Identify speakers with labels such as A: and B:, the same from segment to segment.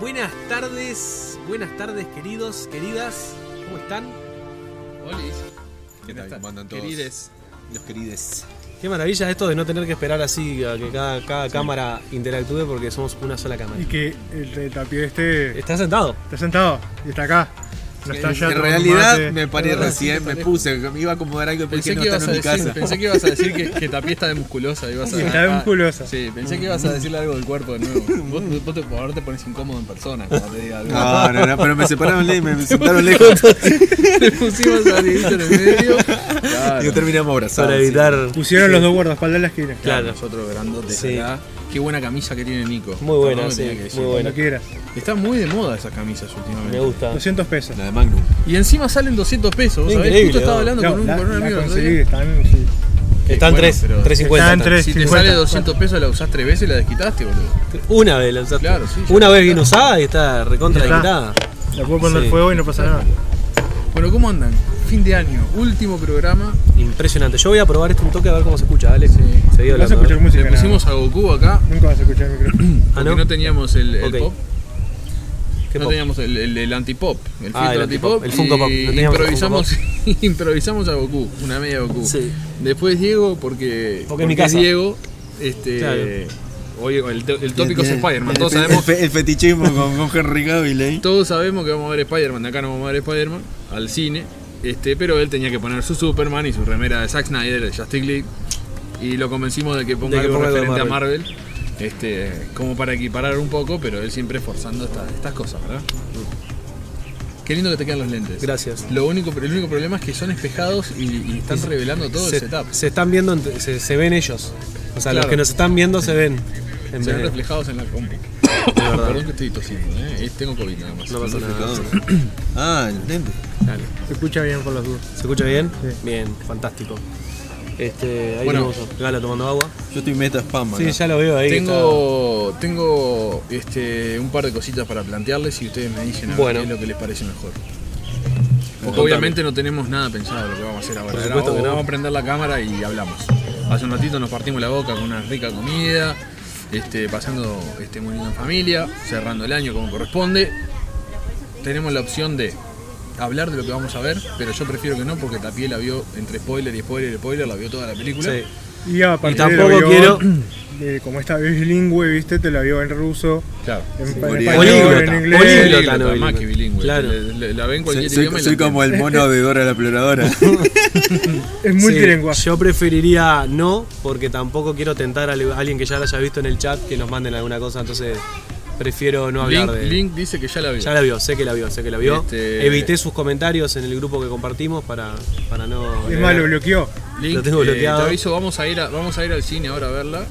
A: Buenas tardes, buenas tardes queridos, queridas, ¿cómo están?
B: Olis.
C: ¿Qué tal? ¿Cómo andan todos?
B: Querides.
C: Los querides.
A: Qué maravilla esto de no tener que esperar así a que cada, cada cámara interactúe porque somos una sola cámara.
D: Y que el de tapié este
A: Está sentado.
D: está sentado y está acá. No está allá
C: en
D: tomando mate.
C: realidad me
B: Ah,
C: paré
A: Ahora sí,
C: recién, me
A: está
C: puse, me iba a acomodar algo porque
B: Pensé,
C: no
B: que ibas
C: está
B: a
C: en mi
B: decir,
C: casa.
B: pensé que ibas a decir que, que Tapia está de musculosa. Ibas a,
D: Está de musculosa.
B: Sí, pensé que ibas a decirle algo del cuerpo de nuevo. Vos, vos te, ahora te pones incómodo en persona cuando te diga algo.
C: No,
A: Ah.
C: no, no, pero me separaron lejos, me sentaron lejos
B: Te pusimos a Dieguito en el medio. Claro.
C: y no terminamos abrazados.
A: Para evitar.
D: Pusieron los dos guardaespaldas en la esquina.
A: Claro.
B: Nosotros grandotes
A: Sí.
B: acá. Qué buena camisa que tiene Nico.
A: Muy buena,
B: Perdón,
A: sí,
B: tenía que
A: muy
B: decir.
A: buena.
D: Cuando quieras.
B: Está muy de moda esas camisas últimamente.
A: Me gusta.
D: 200 pesos.
C: La de Magnum.
B: Y encima salen 200 pesos. ¿vos sabés?
A: Increíble,
B: Justo estaba
A: ¿no?
B: hablando
D: No,
B: con un,
D: la,
B: con un
D: la
B: amigo. el otro día.
D: conseguí, están. sí.
A: Están
B: bueno,
A: tres,
B: pero-
A: 350.
D: Están tres.
B: Si te
D: 50,
B: sale 200 pesos, la usás tres veces y la desquitaste, boludo.
A: Una vez la usaste.
B: Claro, sí,
A: una
B: ya está.
A: vez bien usada y está recontra
D: Ya está.
A: quitada.
D: La puedo poner
A: Sí.
D: al fuego y no pasa nada.
B: Bueno, ¿cómo andan? Fin de año, último programa.
A: Impresionante. Yo voy a probar esto un toque a ver cómo se escucha, dale.
B: Sí.
A: Seguí
D: No vas
A: hablando,
D: a escuchar
A: ¿no?
D: música.
B: Le
D: nada.
B: pusimos a Goku acá
D: Nunca vas a escuchar el micrófono.
A: Ah,
B: porque
A: ¿no?
B: no, teníamos el, el
A: Ok.
B: pop.
A: ¿Qué
B: no
A: pop?
B: teníamos el, el- el antipop,
A: Ah,
B: el
A: el
B: filtro antipop.
A: antipop, el Funko
B: y
A: Pop, no teníamos el
B: improvisamos, improvisamos a Goku, una media Goku.
A: Sí.
B: Después Diego, porque,
A: Porque es mi casa.
B: Diego, este, hoy el, to- el tópico es Spider-Man. Todos sabemos,
C: El, fe- el fetichismo con, con Henry Cavill ¿eh? ahí.
B: todos sabemos que vamos a ver Spider-Man. de Acá no vamos a ver Spider-Man al cine. Este, pero él tenía que poner su Superman y su remera de Zack Snyder, de Justice League. Y lo convencimos de que ponga
A: De que
B: algo
A: ponga algo de
B: referente a Marvel. Este, como para equiparar un poco, pero él siempre forzando esta- estas cosas, ¿verdad? Qué lindo que te quedan los lentes.
A: Gracias.
B: Lo único, el único problema es que son espejados y, y están revelando todo
A: se,
B: el setup.
A: se están viendo, entre- se, se ven ellos. O sea, los
B: Claro.
A: que nos están viendo se ven. En
B: Se
A: vez
B: ven
A: de-
B: reflejados en la compu.
A: verdad.
B: Perdón que estoy tosiendo, ¿eh? Eh, Tengo COVID nada más.
A: No pasa nada.
C: Ah, el lente.
B: Dale.
D: Se escucha bien por las dudas.
A: ¿Se escucha bien?
D: Sí.
A: Bien, fantástico. Este, ahí
B: Bueno.
A: tenemos a Gala tomando agua.
C: Yo estoy meta spam.
A: Sí,
C: acá.
A: ya lo veo ahí. que
B: Tengo, tengo este, un par de cositas para plantearles y ustedes me dicen a ver
A: Bueno.
B: qué es lo que les parece mejor. Porque
C: Contame.
B: obviamente no tenemos nada pensado lo que vamos a hacer ahora.
A: Por supuesto
B: Ahora
A: que no.
B: Vamos a prender la cámara y hablamos. Hace un ratito nos partimos la boca con una rica comida, este, pasando este, muy lindo en familia, cerrando el año como corresponde. Tenemos la opción de hablar de lo que vamos a ver, pero yo prefiero que no porque Tapié la vio entre spoiler y spoiler y spoiler, la vio toda la
A: está-
B: película.
A: sí.
D: Y a partir del
A: tampoco
D: guión, de- como esta es bilingüe, viste, te la vio en ruso,
B: Claro.
D: en, en
C: Políglota.
D: español, en inglés.
A: Políglota.
B: Políglota,
A: no bilingüe.
B: más que bilingüe.
A: Claro.
B: Le- le- La ven
C: Soy,
B: cualquier
C: soy-
B: idioma. y la
C: soy como el mono de Dora la exploradora.
D: Es
A: Sí,
D: multilingüe.
A: yo preferiría no, porque tampoco quiero tentar a alguien que ya lo haya visto en el chat que nos manden alguna cosa, entonces prefiero no hablar
B: Link,
A: de.
B: Link dice que ya la vio.
A: Ya la vio, sé que la vio, sé que la vio.
B: Este-
A: Evité sus comentarios en el grupo que compartimos para, para no.
D: Es más, lo bloqueó.
B: Link,
A: Lo tengo
B: eh,
A: bloqueado.
B: te aviso, vamos a, ir a- vamos a ir al cine ahora a verla.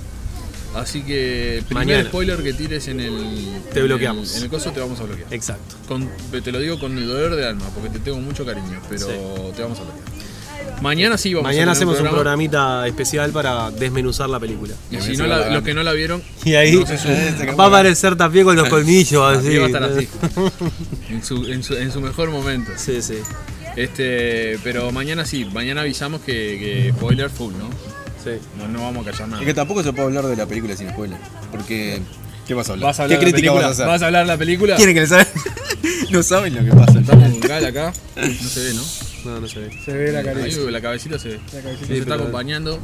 B: Así que, primer
A: Mañana.
B: spoiler que tires en el.
A: Te
B: en
A: bloqueamos.
B: el- En el, coso te vamos a bloquear.
A: Exacto.
B: Con- te lo digo con el dolor de alma, porque te tengo mucho cariño, pero
A: Sí.
B: te vamos a bloquear. Mañana sí vamos
A: Mañana
B: a tener
A: hacemos un programita especial para desmenuzar la película.
B: Y si no, la- los que no la vieron,
A: Y ahí
B: No sé si-
A: va a aparecer también con los colmillos así.
B: Tapié va a estar así. en, su, en su- en su mejor momento.
A: Sí, sí.
B: Este, pero mañana sí, mañana avisamos que, que spoiler full, ¿no?
A: sí.
B: ¿no? no vamos a callar nada.
C: Es que tampoco se puede hablar de la película sin spoiler. Porque. ¿Qué vas a hablar?
B: ¿Vas a hablar
C: ¿Qué
B: de la
C: crítica
B: película?
C: vas a
B: ¿Vas
C: hacer?
B: a hablar de la película?
C: Tienen que saber. no saben lo que pasa.
B: Estamos con Gal acá. No se ve, ¿no?
A: No, no se ve.
D: Se ve la
B: Ahí,
D: carita.
B: la cabecita se ve.
D: La cabecita.
B: Nos
A: Sí,
B: está
A: pero-
B: acompañando.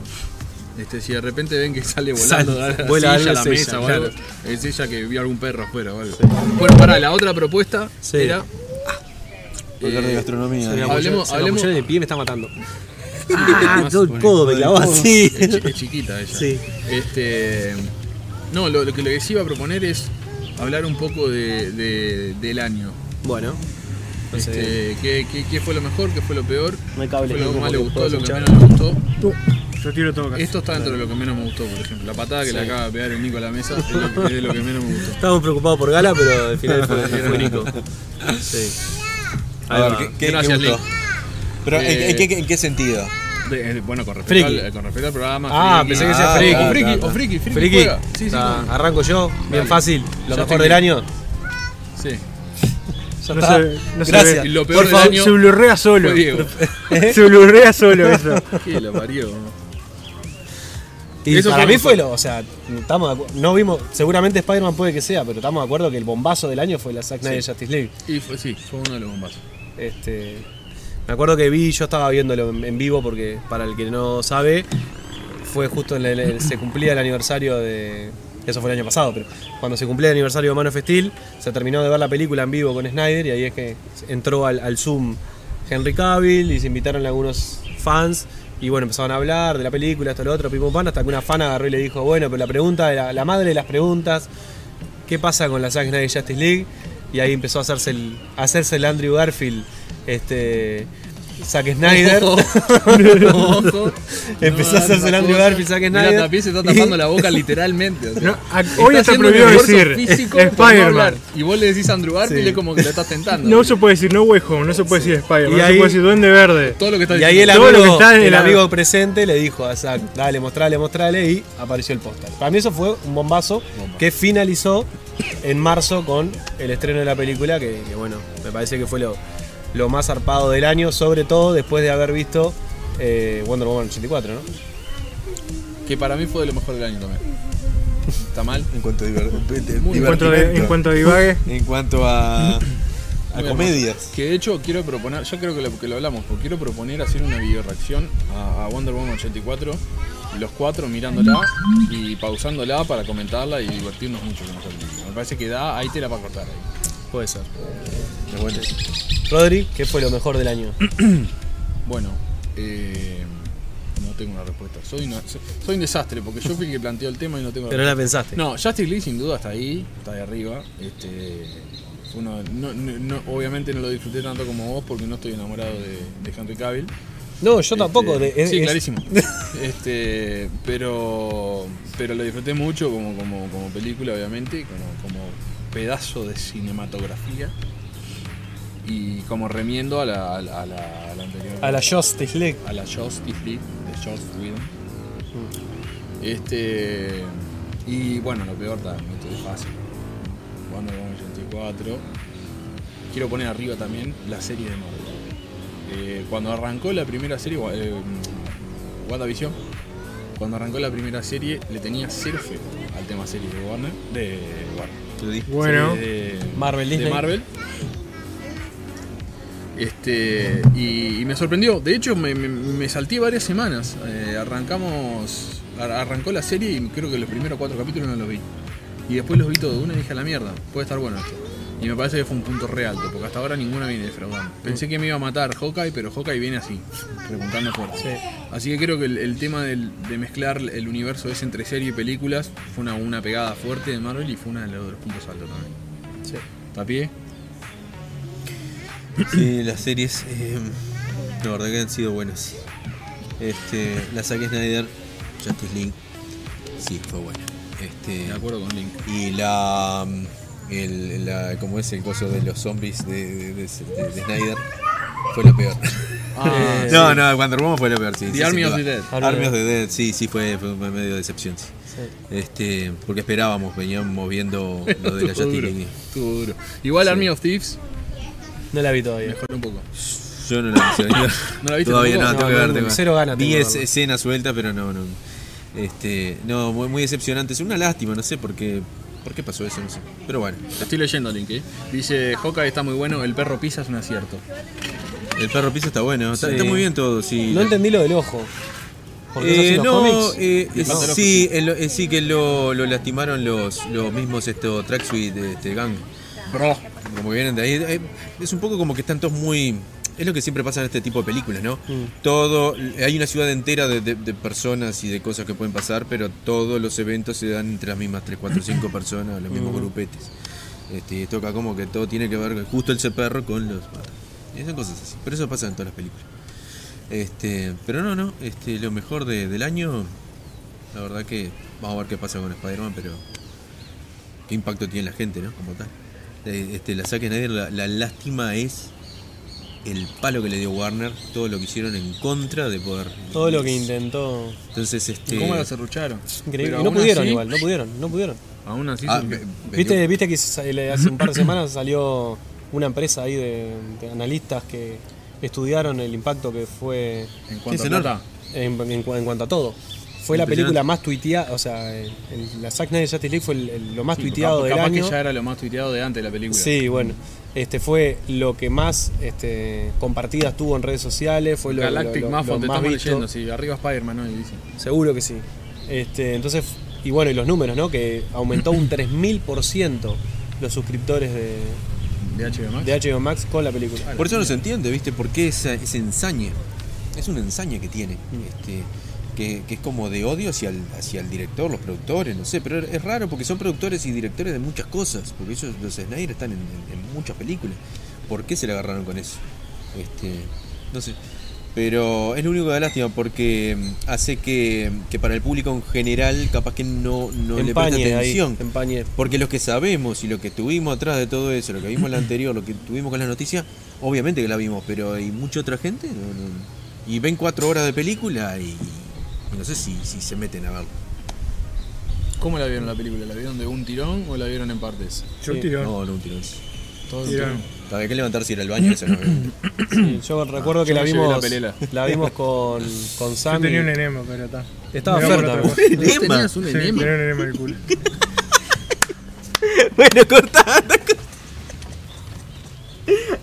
B: Este, si de repente ven que sale
A: Sale,
B: volando a la
A: vuela
B: silla, a
A: algo,
B: la
A: es
B: mesa
A: ella,
B: o algo,
A: claro.
B: es ella que vio algún perro afuera o algo. Bueno, para la otra propuesta
A: Sí.
B: era.
C: Hablar de
B: eh,
C: gastronomía.
A: Se me
C: ¿no?
A: apoyó-
B: hablemos-
A: se me
B: hablemos-
A: apoyó en el pie me está matando.
B: Ah, todo el
A: codo me clavó así.
B: Es, chi- es chiquita ella.
A: Sí.
B: Este, no, lo, lo que les iba a proponer es hablar un poco de- de- del año.
A: Bueno. Entonces,
B: Este, ¿qué, qué, qué fue lo mejor? ¿Qué fue lo peor?
A: No hay
B: ¿Qué fue
A: cables,
B: lo que
A: ¿no?
B: más le
A: Como que
B: gustó? ¿Lo
A: puedas
B: que
A: escuchar.
B: menos le gustó?
D: Tú, Yo tiro todo casi.
B: Esto está dentro de lo que menos me gustó, por ejemplo. La patada que le acaba de pegar el Nico a la mesa es lo que- es de lo que menos me gustó.
A: Estábamos preocupados por Gala, pero al final fue, fue Nico. Sí. Ahí
C: A ver,
A: va.
C: ¿qué, qué,
B: Gracias,
C: qué gustó?
B: Link.
C: Pero, ¿en-
B: Eh,
C: ¿en, qué, en qué sentido?
B: De- de- bueno, con respecto,
A: Friki.
B: al, con respecto al programa.
A: Ah,
B: friki.
A: pensé que
C: sea friki.
B: O friki,
C: Ah,
B: o friki, friki.
A: Friki, Ah.
B: juega. Sí, sí,
A: está,
B: juega.
A: arranco yo,
B: Dale.
A: bien fácil. Lo
B: Ya
A: mejor
B: estoy
A: del año.
B: sí.
A: Ya
D: No
A: está.
D: se- no se
A: Gracias.
B: Y lo peor
A: Por
B: del
A: favor.
B: año
D: Se blurrea solo.
B: fue Diego.
D: Se blurrea solo eso.
B: Qué lo parió.
A: Y
B: Eso
A: para
B: fue
A: mí
B: lo-
A: fue lo. O sea, estamos de acu- no vimos. Seguramente Spider-Man puede que sea, pero estamos de acuerdo que el bombazo del año fue la Zack Snyder Justice League.
B: Y fue, sí, fue uno de los bombazos.
A: Este, me acuerdo que vi, yo estaba viéndolo en, en vivo porque para el que no sabe, fue justo en el- el- se cumplía el aniversario de eso fue el año pasado, pero cuando se cumplía el aniversario de Man of Steel, se terminó de ver la película en vivo con Snyder y ahí es que entró al, al Zoom Henry Cavill y se invitaron algunos fans y bueno, empezaron a hablar de la película, esto, lo otro, pim pum, pan, hasta que una fan agarró y le dijo, bueno, pero la pregunta, de la- la madre de las preguntas, ¿qué pasa con la Zack Snyder Justice League? Y ahí empezó a hacerse el, a hacerse el Andrew Garfield, este, Zack Snyder.
B: Ojo.
A: Empezó a hacerse el
B: una
A: Andrew
B: cosa.
A: Garfield, Zack
B: Mira,
A: Snyder.
B: Tapie se está
A: Y-
B: tapando la boca literalmente. o sea,
D: No, a-
B: está
D: hoy está
B: haciendo un
D: prohibido
B: esfuerzo
D: decir
B: físico por no
D: Spider-Man.
B: hablar. Y vos le decís Andrew Garfield
A: Sí.
B: es como que lo estás tentando.
D: No se puede decir No Way Home, no se puede decir Spider-Man,
A: Y
D: no se
A: ahí-
D: puede decir Duende Verde.
B: Todo lo que está
A: Y ahí el
D: Todo lo que
A: amigo,
D: está en
A: el
D: la-
A: amigo presente le dijo a Zack, dale, mostrale, mostrale, y apareció el póster. Para mí eso fue un bombazo que finalizó en marzo con el estreno de la película, que, que, bueno, me parece que fue lo, lo más zarpado del año, sobre todo después de haber visto eh, Wonder Woman 84, ¿no?
B: Que para mí fue de lo mejor del año también. ¿Está mal?
C: En cuanto a diver- de- de-
B: Muy
D: En cuanto, a- en
C: divertimento.
D: cuanto a divague,
C: En cuanto a, a
B: Muy
C: comedias.
B: Que de hecho quiero proponer, yo creo que lo, que lo hablamos, pero quiero proponer hacer una video reacción a, a Wonder Woman 84, los cuatro mirándola y pausándola para comentarla y divertirnos mucho con esa película. Me parece que da, ahí te la va a cortar ahí.
A: Puede ser.
C: Es bueno.
A: Rodri, ¿qué fue lo mejor del año?
B: Bueno, eh, no tengo una respuesta. Soy, una- soy- soy un desastre porque yo fui el que planteó el tema y no tengo
A: Pero no la pensaste.
B: No, Justice League sin duda está ahí, está ahí arriba. Este, fue uno- no- no- no- obviamente no lo disfruté tanto como vos porque no estoy enamorado de, de Henry Cavill.
A: No, yo tampoco.
B: Este,
A: de- es-
B: sí,
A: es-
B: clarísimo. este, pero, pero lo disfruté mucho como, como, como película, obviamente, como, como pedazo de cinematografía y como remiendo a la, a la, a la- a la anterior.
A: A la Justice League.
B: a la Justice League de George Whedon. Este. Y bueno, lo peor también, esto es fácil. Wonder Woman 84. Quiero poner arriba también la serie de Marvel. Eh, cuando arrancó la primera serie, wa- eh, WandaVision, cuando arrancó la primera serie, le tenía cero fe al tema serie de Warner. De Warner
C: Te lo dije.
D: bueno,
B: de
A: Marvel, Disney.
B: de Marvel. Este, y, y me sorprendió. De hecho, me, me- me salté varias semanas. Eh, arrancamos. ar- arrancó la serie y creo que los primeros cuatro capítulos no los vi. Y después los vi todos de una y dije a la mierda. Puede estar bueno esto. Y me parece que fue un punto re alto, porque hasta ahora ninguna viene defraudando. Pensé que me iba a matar Hawkeye, pero Hawkeye viene así, repuntando fuerte. Así que creo que el, el tema del- de mezclar el universo ese entre serie y películas fue una, una pegada fuerte de Marvel y fue uno de los de los puntos altos también.
A: Sí.
B: ¿Tapié?
C: Sí, las series. eh, la verdad que han sido buenas. Este, la saqué Snyder, Justice League. Sí, fue buena. Este,
B: De acuerdo con Link.
C: y la. mm, El, la como es el coso de los zombies de, de, de- de- de Snyder? Fue lo peor. Eh,
B: Ah,
C: no, no, Wonder Woman fue lo peor, sí.
B: The
C: sí, sin
B: Army of
C: duda.
B: the Dead.
C: Army of the Dead, sí, sí, fue, fue medio decepción. sí. Este, porque esperábamos, veníamos viendo lo de la
B: Estuvo
C: Justice
B: duro,
C: League.
B: estuvo duro. Igual Army of Thieves,
A: No la vi todavía.
B: mejor un poco.
C: Yo no la vi. señor.
B: ¿No la viste
C: Todavía
B: tampoco?
C: no,
A: No,
C: tengo que
A: no,
C: ver. tengo que-
A: cero ganas
C: Vi
A: tengo de
C: es-
A: verlo.
C: escena suelta, pero no, no. Este, no, muy, muy decepcionante. Es una lástima, no sé por qué, por qué pasó eso, no sé. Pero bueno,
B: Estoy leyendo Link, ¿eh? Dice, Hawkeye está muy bueno, el perro pisa es un acierto.
C: el perro piso está bueno, está,
A: Sí.
C: está muy bien todo, sí.
A: No entendí lo del ojo. Porque eso
C: Eh,
A: sí, los
C: no,
A: cómics.
C: eh,
B: Le
C: eh,
B: falta el ojo,
C: sí, el- eh, sí que lo, lo lastimaron los, los mismos esto, tracksuit de este gang.
B: Bro.
C: Como que vienen de ahí. eh, Es un poco como que están todos muy. Es lo que siempre pasa en este tipo de películas, ¿no?
A: Mm.
C: Todo. Hay una ciudad entera de, de- de personas y de cosas que pueden pasar, pero todos los eventos se dan entre las mismas 3, 4, 5 personas, los
A: Mm.
C: mismos grupetes. Este, toca como que todo tiene que ver justo el perro con los patas. Y son cosas así. Pero eso pasa en todas las películas. Este, pero no, no. Este, lo mejor de- del año. La verdad que vamos a ver qué pasa con Spider-Man, pero qué impacto tiene la gente, ¿no? Como tal. Eh, Este, la saquen Snyder, la, la lástima es el palo que le dio Warner, todo lo que hicieron en contra de poder.
A: Todo lo que intentó.
C: Entonces, este.
B: ¿Cómo lo cerrucharon?
A: Increíble.
B: Pero
A: Y no
B: aún
A: pudieron
B: así-
A: igual, no pudieron, no pudieron.
B: Aún así,
C: Ah,
B: se-
C: ve- ve-
A: ¿Viste, viste que sa- le- hace un par de semanas salió una empresa ahí de, de analistas que estudiaron el impacto que fue
B: en cuanto
C: Sí,
B: a
C: señor.
B: plata,
A: en, en cu- en cuanto a todo. fue la película más tuiteada, o sea, el- el- la Zack Snyder Justice League fue el- el- lo más
B: Sí,
A: tuiteado
B: capaz,
A: del
B: capaz
A: año.
B: que ya era lo más tuiteado de antes de la película.
A: Sí, bueno. Este fue lo que más este, compartidas tuvo en redes sociales, fue lo, lo-
B: Galactic
A: lo-
B: Muffin,
A: lo
B: te
A: más
B: estamos
A: visto.
B: leyendo, sí, arriba Spider-Man, ¿no? Y dice.
A: Seguro que sí. Este, entonces, y bueno, y los números, ¿no? Que aumentó un 3000% los suscriptores de,
B: De HBO Max.
A: de HBO Max con la película.
B: Ah,
C: Por eso no se entiende, ¿viste? ¿Por qué esa, ese ensañe? Es una ensaña que tiene.
A: Mm.
C: Este, que, que es como de odio hacia el, hacia el director, los productores, no sé. Pero es raro porque son productores y directores de muchas cosas. Porque ellos, los Snyder, están en, en- en muchas películas. ¿Por qué se le agarraron con eso? Este, no sé. Pero es lo único de lástima porque mm, hace que, que para el público en general capaz que no, no le presta
A: empañe ahí,
C: atención.
A: empañe.
C: Porque los que sabemos y lo que estuvimos atrás de todo eso, lo que vimos en la anterior, lo que tuvimos con las noticias, obviamente que la vimos, pero hay mucha otra gente. No, no. Y ven cuatro horas de película y, y no sé si, si se meten a verlo.
B: ¿Cómo la vieron la película? ¿La vieron de un tirón o la vieron en partes?
D: Yo
A: Sí.
D: tirón.
C: No, no, un tirón.
B: Todo de un
D: Tirón.
B: tirón.
C: Había que levantarse y ir al baño. eso no, obviamente.
A: Sí, yo recuerdo que
B: Ah, yo
A: la
B: me llevé
A: vimos,
B: la pelela.
A: la, vimos con, con
D: Yo
A: Sammy.
D: tenía un enema, pero está.
A: Estaba
D: Me voy
A: Fer
D: por otra
A: también.
D: cosa.
B: ¿Vos tenías un
D: Sí,
B: enema?
D: tenía un enema en el culo.
C: bueno, corta, anda cortando.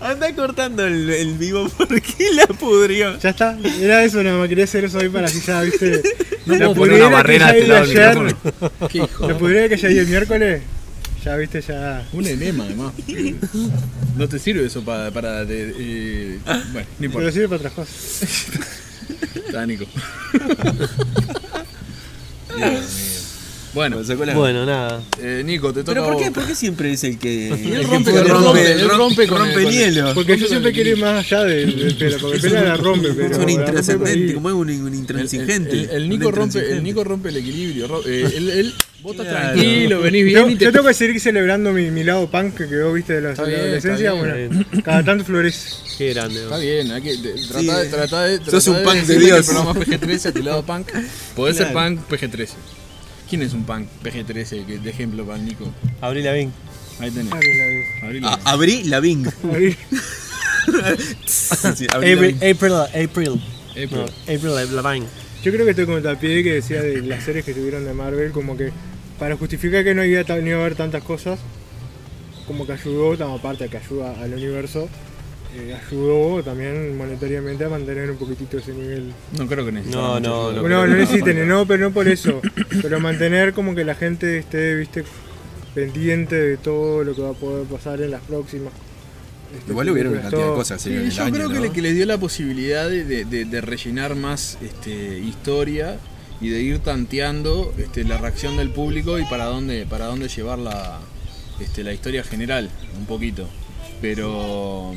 C: Anda cortando el, el vivo porque la pudrió.
D: Ya está, era eso nada más, quería hacer eso hoy para que ya, viste.
E: No
D: la
E: puedo poner una
D: pudriera que
E: barrera
D: ya
E: a este
D: iba
E: lado del
D: ayer,
E: micrófono.
B: ¿Qué hijo?
D: la pudiera que ya iba el miércoles, ya viste, ya.
B: Un enema, además. Eh, No te sirve eso para. para de- eh, bueno, no
D: Pero
B: importa.
D: sirve para otras cosas.
B: Está Nico. Dios mío. Bueno,
A: Bueno, nada.
B: eh, Nico, te toca.
C: Pues, Pero ¿por
B: a
C: qué,
B: vos.
C: por qué siempre es el que.
B: Él
C: el que
B: rompe-
C: puede-
B: él rompe- él rompe con el-
C: rompe
B: con el-
C: hielo.
D: Porque yo siempre quería ir más allá del, del pelo, porque el pelo la rompe, pero.
C: Es
D: la
C: un
D: rompe
C: intrascendente,
D: ahí.
C: como es un, un
B: El- el-
C: intransigente.
B: El, el Nico
C: Un
B: rompe,
C: intransigente.
B: el Nico rompe el equilibrio. ro- eh, él, él- vos estás
C: Claro.
B: tranquilo, venís bien
D: Yo,
B: y te.
D: yo tengo que seguir celebrando mi, mi lado punk que quedó, viste, de la,
B: Está
D: de la
B: bien, está
D: adolescencia.
B: bien.
D: bueno, cada tanto florece.
A: Qué grande.
B: Está bien, hay que. de- Tratá de.
C: eh.
B: Tratá de
C: Sos
B: tratá
C: un punk de
B: decirle que
C: Dios.
B: El programa PG-13 a tu lado punk. Podés ser
C: Claro.
B: punk PG-13. ¿Quién es un punk PG-13 que- de ejemplo para Nico?
A: Abril Lavigne.
B: Ahí tenés.
D: Abre la vida.
B: Abril.
C: A- Ah, abrí la Bing.
D: Abre-
C: Sí, abrí
A: April,
C: la Bing.
A: April, April.
B: Eh,
A: No,
B: pero-
A: April Lavigne.
D: Yo creo que estoy como el tapié que decía de las series que tuvieron de Marvel, como que para justificar que no había ta- no iba a haber tantas cosas, como que ayudó, tan aparte de que ayuda al universo, eh, ayudó también monetariamente a mantener un poquitito ese nivel.
B: No creo que
A: No,
B: necesitamos mucho
A: no,
B: más.
A: no.
D: Bueno,
A: creo
D: no
A: que
D: necesiten, no, pero no por eso, pero mantener como que la gente esté, viste, pendiente de todo lo que va a poder pasar en las próximas. este,
C: Igual hubieron una
D: películas,
C: cantidad de
D: todo.
C: cosas.
B: Sí,
C: en el
B: yo
C: año,
B: creo que,
C: ¿no?
B: le, que les dio la posibilidad de, de- de- de rellenar más este, historia y de ir tanteando este, la reacción del público y para dónde, para dónde llevar la, este, la historia general, un poquito. Pero,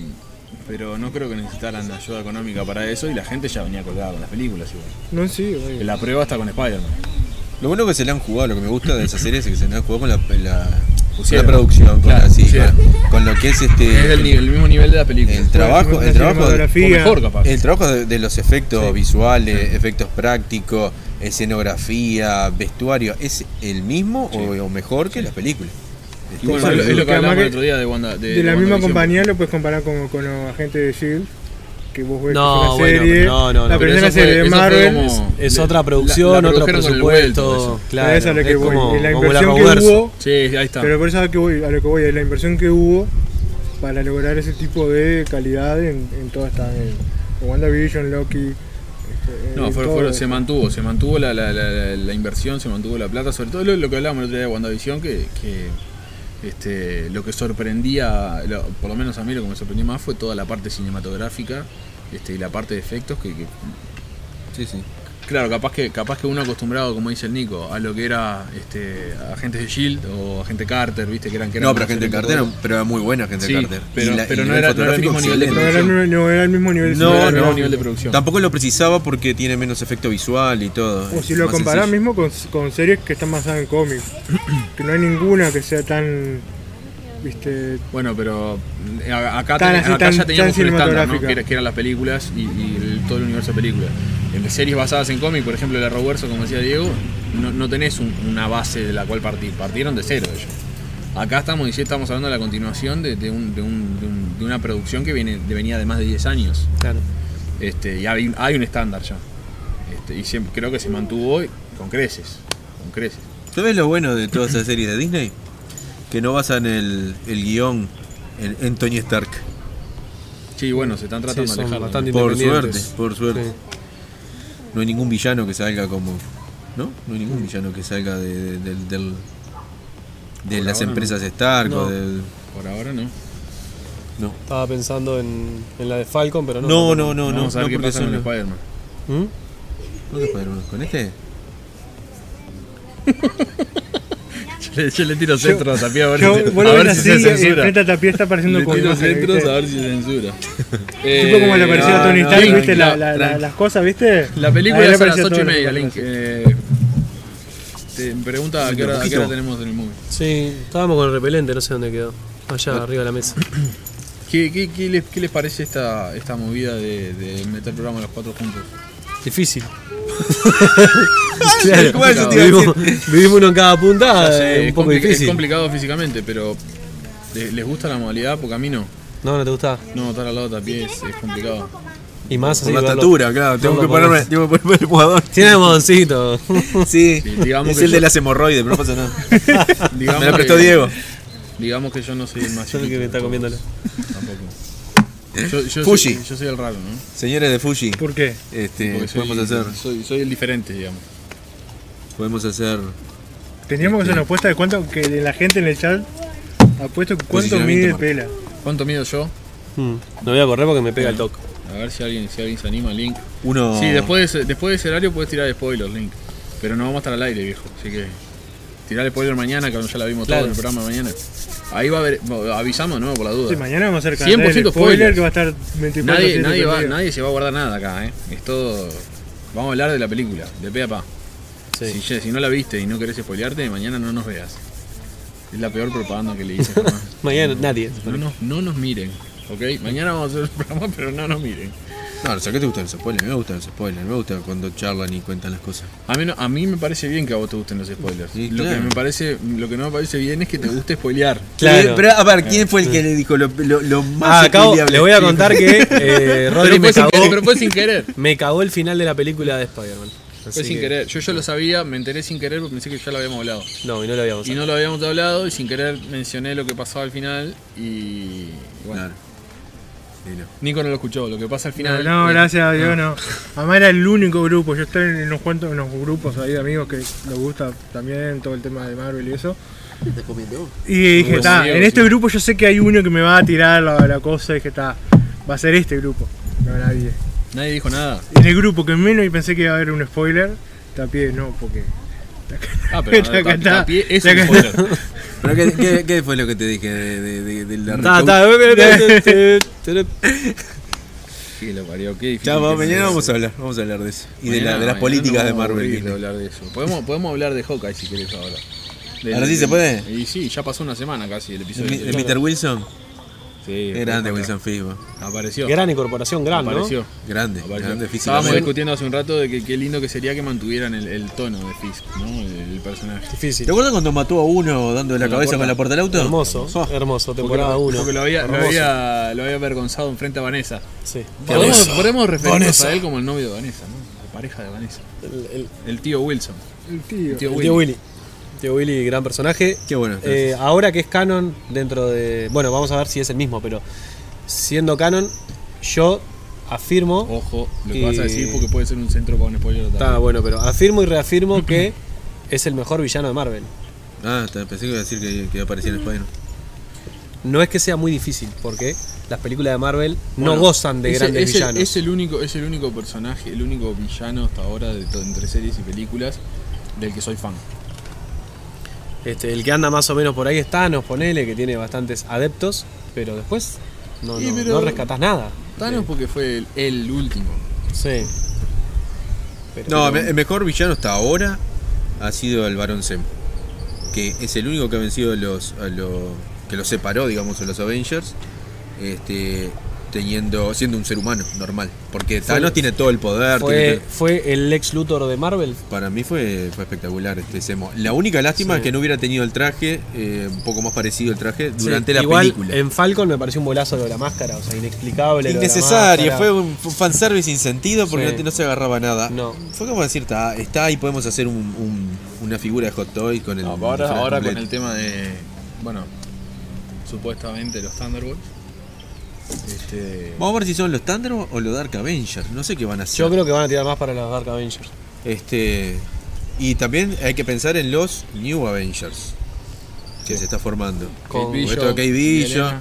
B: pero no creo que necesitaran ayuda económica para eso y la gente ya venía colgada con las películas. igual.
D: No, sí, oye.
B: La prueba está con Spider-Man.
C: Lo bueno que se le han jugado, lo que me gusta de esa serie es que se le han jugado con la, la-
B: Pusieron.
C: la producción, con,
B: Claro,
C: la- sí,
B: pusieron.
C: con- con lo que es este.
B: Es el, nivel- el mismo nivel de la película.
C: el trabajo, el trabajo,
D: La
C: de-
B: O
D: cinematografía,
B: mejor, capaz.
C: el trabajo de, de los efectos visuales, efectos prácticos, escenografía, vestuario, ¿es el mismo o, o mejor que las películas?
B: Y bueno,
D: Sí,
B: es lo- es lo que
D: porque además
B: hablamos el
D: que-
B: otro día de Wanda. De,
D: de la misma
B: WandaVision.
D: compañía lo puedes comparar con, con los agentes de Shield E que vos ves
A: No,
D: que es una
A: bueno,
D: serie
A: no, no, no,
D: la
A: pero
D: primera
B: eso fue-
D: serie de
B: eso fue
D: Marvel
B: como-
D: es-
A: Es
B: La-
A: otra
B: la-
A: producción,
B: la
A: otro
B: produjeron con el vuelto,
A: presupuesto.
B: eso.
A: Claro,
D: es a lo que voy,
A: como,
D: y la
A: como la
D: inversión que
A: Roverso.
D: hubo
B: Sí, ahí está.
D: pero por eso es a lo que voy a lo que voy es la inversión que hubo para lograr ese tipo de calidad en, en toda esta en, en WandaVision Loki este,
B: No,
D: en
B: fue-
D: todo
B: fue-
D: eso.
B: se mantuvo, se mantuvo la, la- la- la- la inversión, se mantuvo la plata, sobre todo lo, lo que hablábamos el otro día de WandaVision, que, que, este, lo que sorprendía, lo- por lo menos a mí lo que me sorprendió más fue toda la parte cinematográfica este, y la parte de efectos, que, que-
C: Sí, sí.
B: claro, capaz que, capaz que uno acostumbrado, como dice el Nico, a lo que era este, agentes de Shield o agente Carter, viste que eran... Que eran
C: No, pero gente
B: excelentes
C: Carter,
B: poderes.
C: pero era muy buena gente
B: Sí,
C: Carter.
B: pero-
C: Y la-
B: pero
C: y
B: no era- no era el
C: fotográfico
B: mismo nivel de
D: no
C: excelente.
D: era, el- no era el mismo nivel
C: No,
B: Era el mismo
C: no.
B: nivel de producción.
C: Tampoco lo precisaba porque tiene menos efecto visual y todo.
D: O si lo comparás
C: comparamos
D: mismo con, con series que están basadas en cómics, que no hay ninguna que sea tan, viste,
B: Bueno, pero mm, a- acá,
D: Tan
B: ten-
D: así,
B: acá
D: tan-
B: ya teníamos
D: tan
B: un estándar, ¿no?
D: cinematográfica.
B: que, era- que eran las películas y, y el- todo el universo de películas. En series basadas en cómic, por ejemplo, la Roverso, como decía Diego, no, no tenés un- una base de la cual partir, partieron de cero ellos. Acá estamos, y sí estamos hablando de la continuación de, de un- de un- de un- de una producción que viene, de- venía de más de 10 años.
A: Claro.
B: Este, y hay, hay un estándar ya. Este, y siempre, creo que se mantuvo Con creces. Con creces.
C: ¿Sabes lo bueno de toda esa serie de Disney? Que no basan el, el guión en, en Tony Stark.
B: Sí, bueno, se están tratando
A: Sí,
B: de
A: son
B: alejar.
A: bastante
C: Por suerte,
A: independientes.
C: por suerte.
A: Sí.
C: No hay ningún villano que salga como. ¿No? No hay ningún villano que salga de, de- del- del- de
B: Por
C: las
B: ahora no.
C: empresas Stark o
A: No.
C: del.
B: Por ahora no.
C: No.
A: Estaba pensando en, en la de Falcon, pero no.
C: No, no, no, no.
B: Vamos a ver
C: no,
B: qué
C: porque
B: pasa con
C: son
B: el
C: los-
B: Spider-Man.
A: ¿Mm?
C: ¿Dónde Spider-Man? ¿Con este?
B: Yo le, yo le tiro centros a Tapia a ver,
D: Yo
B: si-
D: vuelvo
B: a
D: a
B: ver
D: ver
B: si se censura.
D: Frente a Tapia está pareciendo
B: Le
D: como
B: tiro
D: imagen,
B: centros
D: ¿viste?
B: a ver si censura. Eh,
D: Tipo como le apareció a Tony Stark, ¿viste? La- la- la-
B: La,
D: las cosas, ¿viste?
B: película
D: Ahí le
B: es a las 8
D: apareció
B: y
D: todo lo que
B: media,
D: le
B: Link.
D: apareció.
B: Eh, te pregunta a qué hora, a qué hora
C: Poquito.
B: tenemos en el movie.
A: Sí, estábamos con el repelente, no sé dónde quedó. Allá
B: Ah.
A: arriba de la mesa.
B: ¿Qué, qué, qué les, qué les parece esta, esta movida de, de meter programa los cuatro juntos?
A: Difícil.
C: Tal cual, yo te iba a
A: vivimos, vivimos uno en cada punta,
B: Ya sé,
A: eh, un
B: es,
A: poco
B: compli- es
A: difícil.
B: complicado físicamente, pero ¿les, les gusta la modalidad? Porque a mí no.
A: No, no te gusta.
B: No, estar al lado de Tapia es, es complicado.
A: Y más así
C: Por la
A: verlo-
C: estatura, claro. Tengo
A: verlo
C: que
A: por-
C: ponerme, tengo que ponerme el jugador.
A: Tiene almodoncito.
B: Sí,
C: Sí,
B: digamos
C: es
B: que
C: el de
B: yo-
C: las hemorroides, pero no pasa nada.
B: Digamos
C: Me lo prestó
B: que-
C: Diego.
B: Digamos que yo no soy el más
A: Yo no
B: chiquito
A: que está
B: de todos.
A: comiéndolo.
B: Tampoco. Yo, yo
C: Fuji.
B: Soy, yo soy el raro, ¿no?
C: Señores de Fuji,
D: ¿Por qué?
C: este,
B: Porque soy-
C: podemos hacer,
B: Soy, soy el diferente, digamos.
C: podemos hacer
D: Tendríamos que hacer una apuesta de cuánto, que la gente en el chat ha puesto
B: Pues
D: cuánto
C: Posicionamiento,
D: mide
C: Marco.
D: Pela.
B: ¿Cuánto mido yo?
A: Mm, No voy a correr porque me pega el toque.
B: A ver si alguien, si alguien se anima, Link.
C: uno.
B: Sí, después de, ese- después de ese horario puedes tirar spoilers, Link. Pero no vamos a estar al aire, viejo. Así que tirar spoiler mañana, que ya la vimos
A: Claro.
B: todo en el programa de mañana. Ahí va a haber. bueno, Avisamos, ¿no? Por la duda.
D: Sí, mañana vamos a hacer
B: 100%
D: del
B: spoiler.
D: spoiler que va a estar 24
B: nadie, nadie, va-
D: prendido.
B: nadie se va a guardar nada acá, ¿eh? Es todo. Vamos a hablar de la película, de pe a pa. Si,
A: Sí.
B: ya- si no la viste y no querés spoilearte, mañana no nos veas. Es la peor propaganda que le hice jamás.
A: Mañana nadie.
B: No nos, no nos miren, ¿ok? Mañana vamos a hacer el programa, pero no nos miren.
C: No, o sea, ¿qué te gustan los spoilers? Me gustan los spoilers, me gusta cuando charlan y cuentan las cosas.
B: A mí, no- a mí me parece bien que a vos te gusten los spoilers.
C: Sí,
B: lo,
C: claro.
B: que me parece, lo que no me parece bien es que te guste spoilear.
A: Claro.
C: Eh, Pero, a ver, ¿quién fue el que le dijo lo, lo- lo
A: Ah,
C: más
A: acabo,
C: spoileable?
A: le voy a contar que eh, Rodri
B: Pero
A: me
B: fue, sin
A: cagó,
B: querer, pero fue sin querer.
A: me cagó el final de la película de Spider-Man.
B: Fue
A: Así
B: sin
A: que-
B: querer. Yo ya lo sabía, me enteré sin querer porque pensé que ya lo habíamos hablado.
A: No, y no lo habíamos
B: Y no lo habíamos hablado y sin querer mencioné lo que pasaba al final y... Bueno,
C: Claro. Sí, no.
B: Nico no lo escuchó, lo que pasa al
D: No,
B: final... eh,
D: no, gracias a Dios, no. Además era el único grupo. Yo estoy en unos cuantos unos grupos ahí de amigos que les gusta también todo el tema de Marvel y eso. Y dije,
B: Como
D: está,
B: Diego,
D: en este
B: sí.
D: grupo yo sé que hay uno que me va a tirar la, la cosa. Y dije, está, va a ser este grupo. No nadie.
B: Nadie dijo nada.
D: En el grupo que menos y pensé que iba a haber un spoiler, tapié, no, porque.
B: Ah, pero
D: Taca,
B: Tapi-
D: taca.
B: Tapi es un
D: Taca,
B: spoiler.
C: Pero ¿qué, qué- qué fue lo que te dije de, de- de- de la
A: Ta, eh.
C: recau-
A: ta,
B: Sí, lo parió, qué difícil.
C: Ya,
B: que
C: va, mañana
B: sea.
C: vamos a hablar, vamos a hablar de eso. Y de, la-
B: Mañana-
C: de las
B: mañana
C: políticas
B: nos
C: de
B: vamos a
C: Marvel.
B: aburrir de hablar de eso. Podemos, podemos hablar de Hawkeye si querés ahora. Del-
C: ¿Ahora sí se
B: del-
C: puede?
B: Y sí, ya pasó una semana casi el
C: El
B: episodio.
C: mi- el Mr. Wilson,
B: Sí,
C: qué grande
B: acá.
C: Wilson Figo.
B: Apareció.
A: Gran incorporación, gran, ¿no?
B: apareció.
C: Grande,
B: apareció.
C: grande
B: Estábamos
C: físicamente.
B: discutiendo hace un rato de que qué lindo que sería que mantuvieran el, el tono de Fisk, ¿no? El, el personaje.
C: ¿Te
A: Difícil.
C: acuerdas cuando mató a uno dando de la
B: Con la
C: cabeza
B: puerta.
C: con la puerta del auto?
A: Hermoso,
C: Oh,
A: hermoso, temporada 1.
B: Porque lo había, lo, había, lo había avergonzado enfrente a Vanessa.
A: Sí.
B: Podemos,
C: Vanessa.
B: podemos referirnos
C: Vanessa.
B: a él como el novio de Vanessa, ¿no? La pareja de Vanessa.
A: El, el-
B: El tío Wilson.
D: El tío.
B: El tío
A: el
B: Wilson.
A: tío Willy. Tío Willy, gran personaje.
C: Qué bueno. entonces.
A: Eh, ahora que es canon dentro de... Bueno, vamos a ver si es el mismo, pero siendo canon, yo afirmo...
B: Ojo, lo que
A: Y-
B: vas a decir porque puede ser un centro para un spoiler total.
A: Está bueno, pero afirmo y reafirmo que es el mejor villano de Marvel.
C: Ah, está, pensé que iba a decir que, que aparecía en Spider.
A: No es que sea muy difícil, porque las películas de Marvel no
B: Bueno,
A: gozan de
B: es-
A: grandes
B: es el-
A: villanos.
B: es, el único, es el único personaje, el único villano hasta ahora de to- entre series y películas del que soy fan.
A: Este, el que anda más o menos por ahí es Thanos, ponele, que tiene bastantes adeptos, pero después no,
B: Y
A: no,
B: pero-
A: no rescatás nada.
B: Thanos porque fue el, el último.
A: Sí.
C: No, me- el mejor villano hasta ahora ha sido el Barón Zemo. Que es el único que ha vencido a los, a los- que los separó, digamos, a los Avengers. Este, teniendo siendo un ser humano normal. Porque Thanos tiene todo el poder. tiene
A: Fue,
C: todo-
A: fue el ex Luthor de Marvel.
C: Para mí fue, fue espectacular este Zemo. La única lástima
A: Sí.
C: es que no hubiera tenido el traje, eh, un poco más parecido el traje, durante
A: Sí,
C: la
A: Igual,
C: película.
A: En Falcon me pareció un bolazo lo de la máscara, o sea, inexplicable. lo de la
C: Innecesario,
A: máscara.
C: fue un f- fanservice sin sentido porque
A: Sí.
C: no te- no se agarraba nada.
A: No.
C: Fue como decir, está, está ahí, podemos hacer un- un- una figura de Hot Toy con el.
B: No, ahora,
C: disfraz
B: ahora con
C: completo.
B: el tema de. Bueno, supuestamente los Thunderbolts. Este,
C: Vamos a ver si son los Thunder o los Dark Avengers. No sé qué van a hacer.
A: Yo creo que van a tirar más para los Dark Avengers.
C: Este, y también hay que pensar en los New Avengers que se está formando.
A: Con-
C: Con esto de Kate Bishop,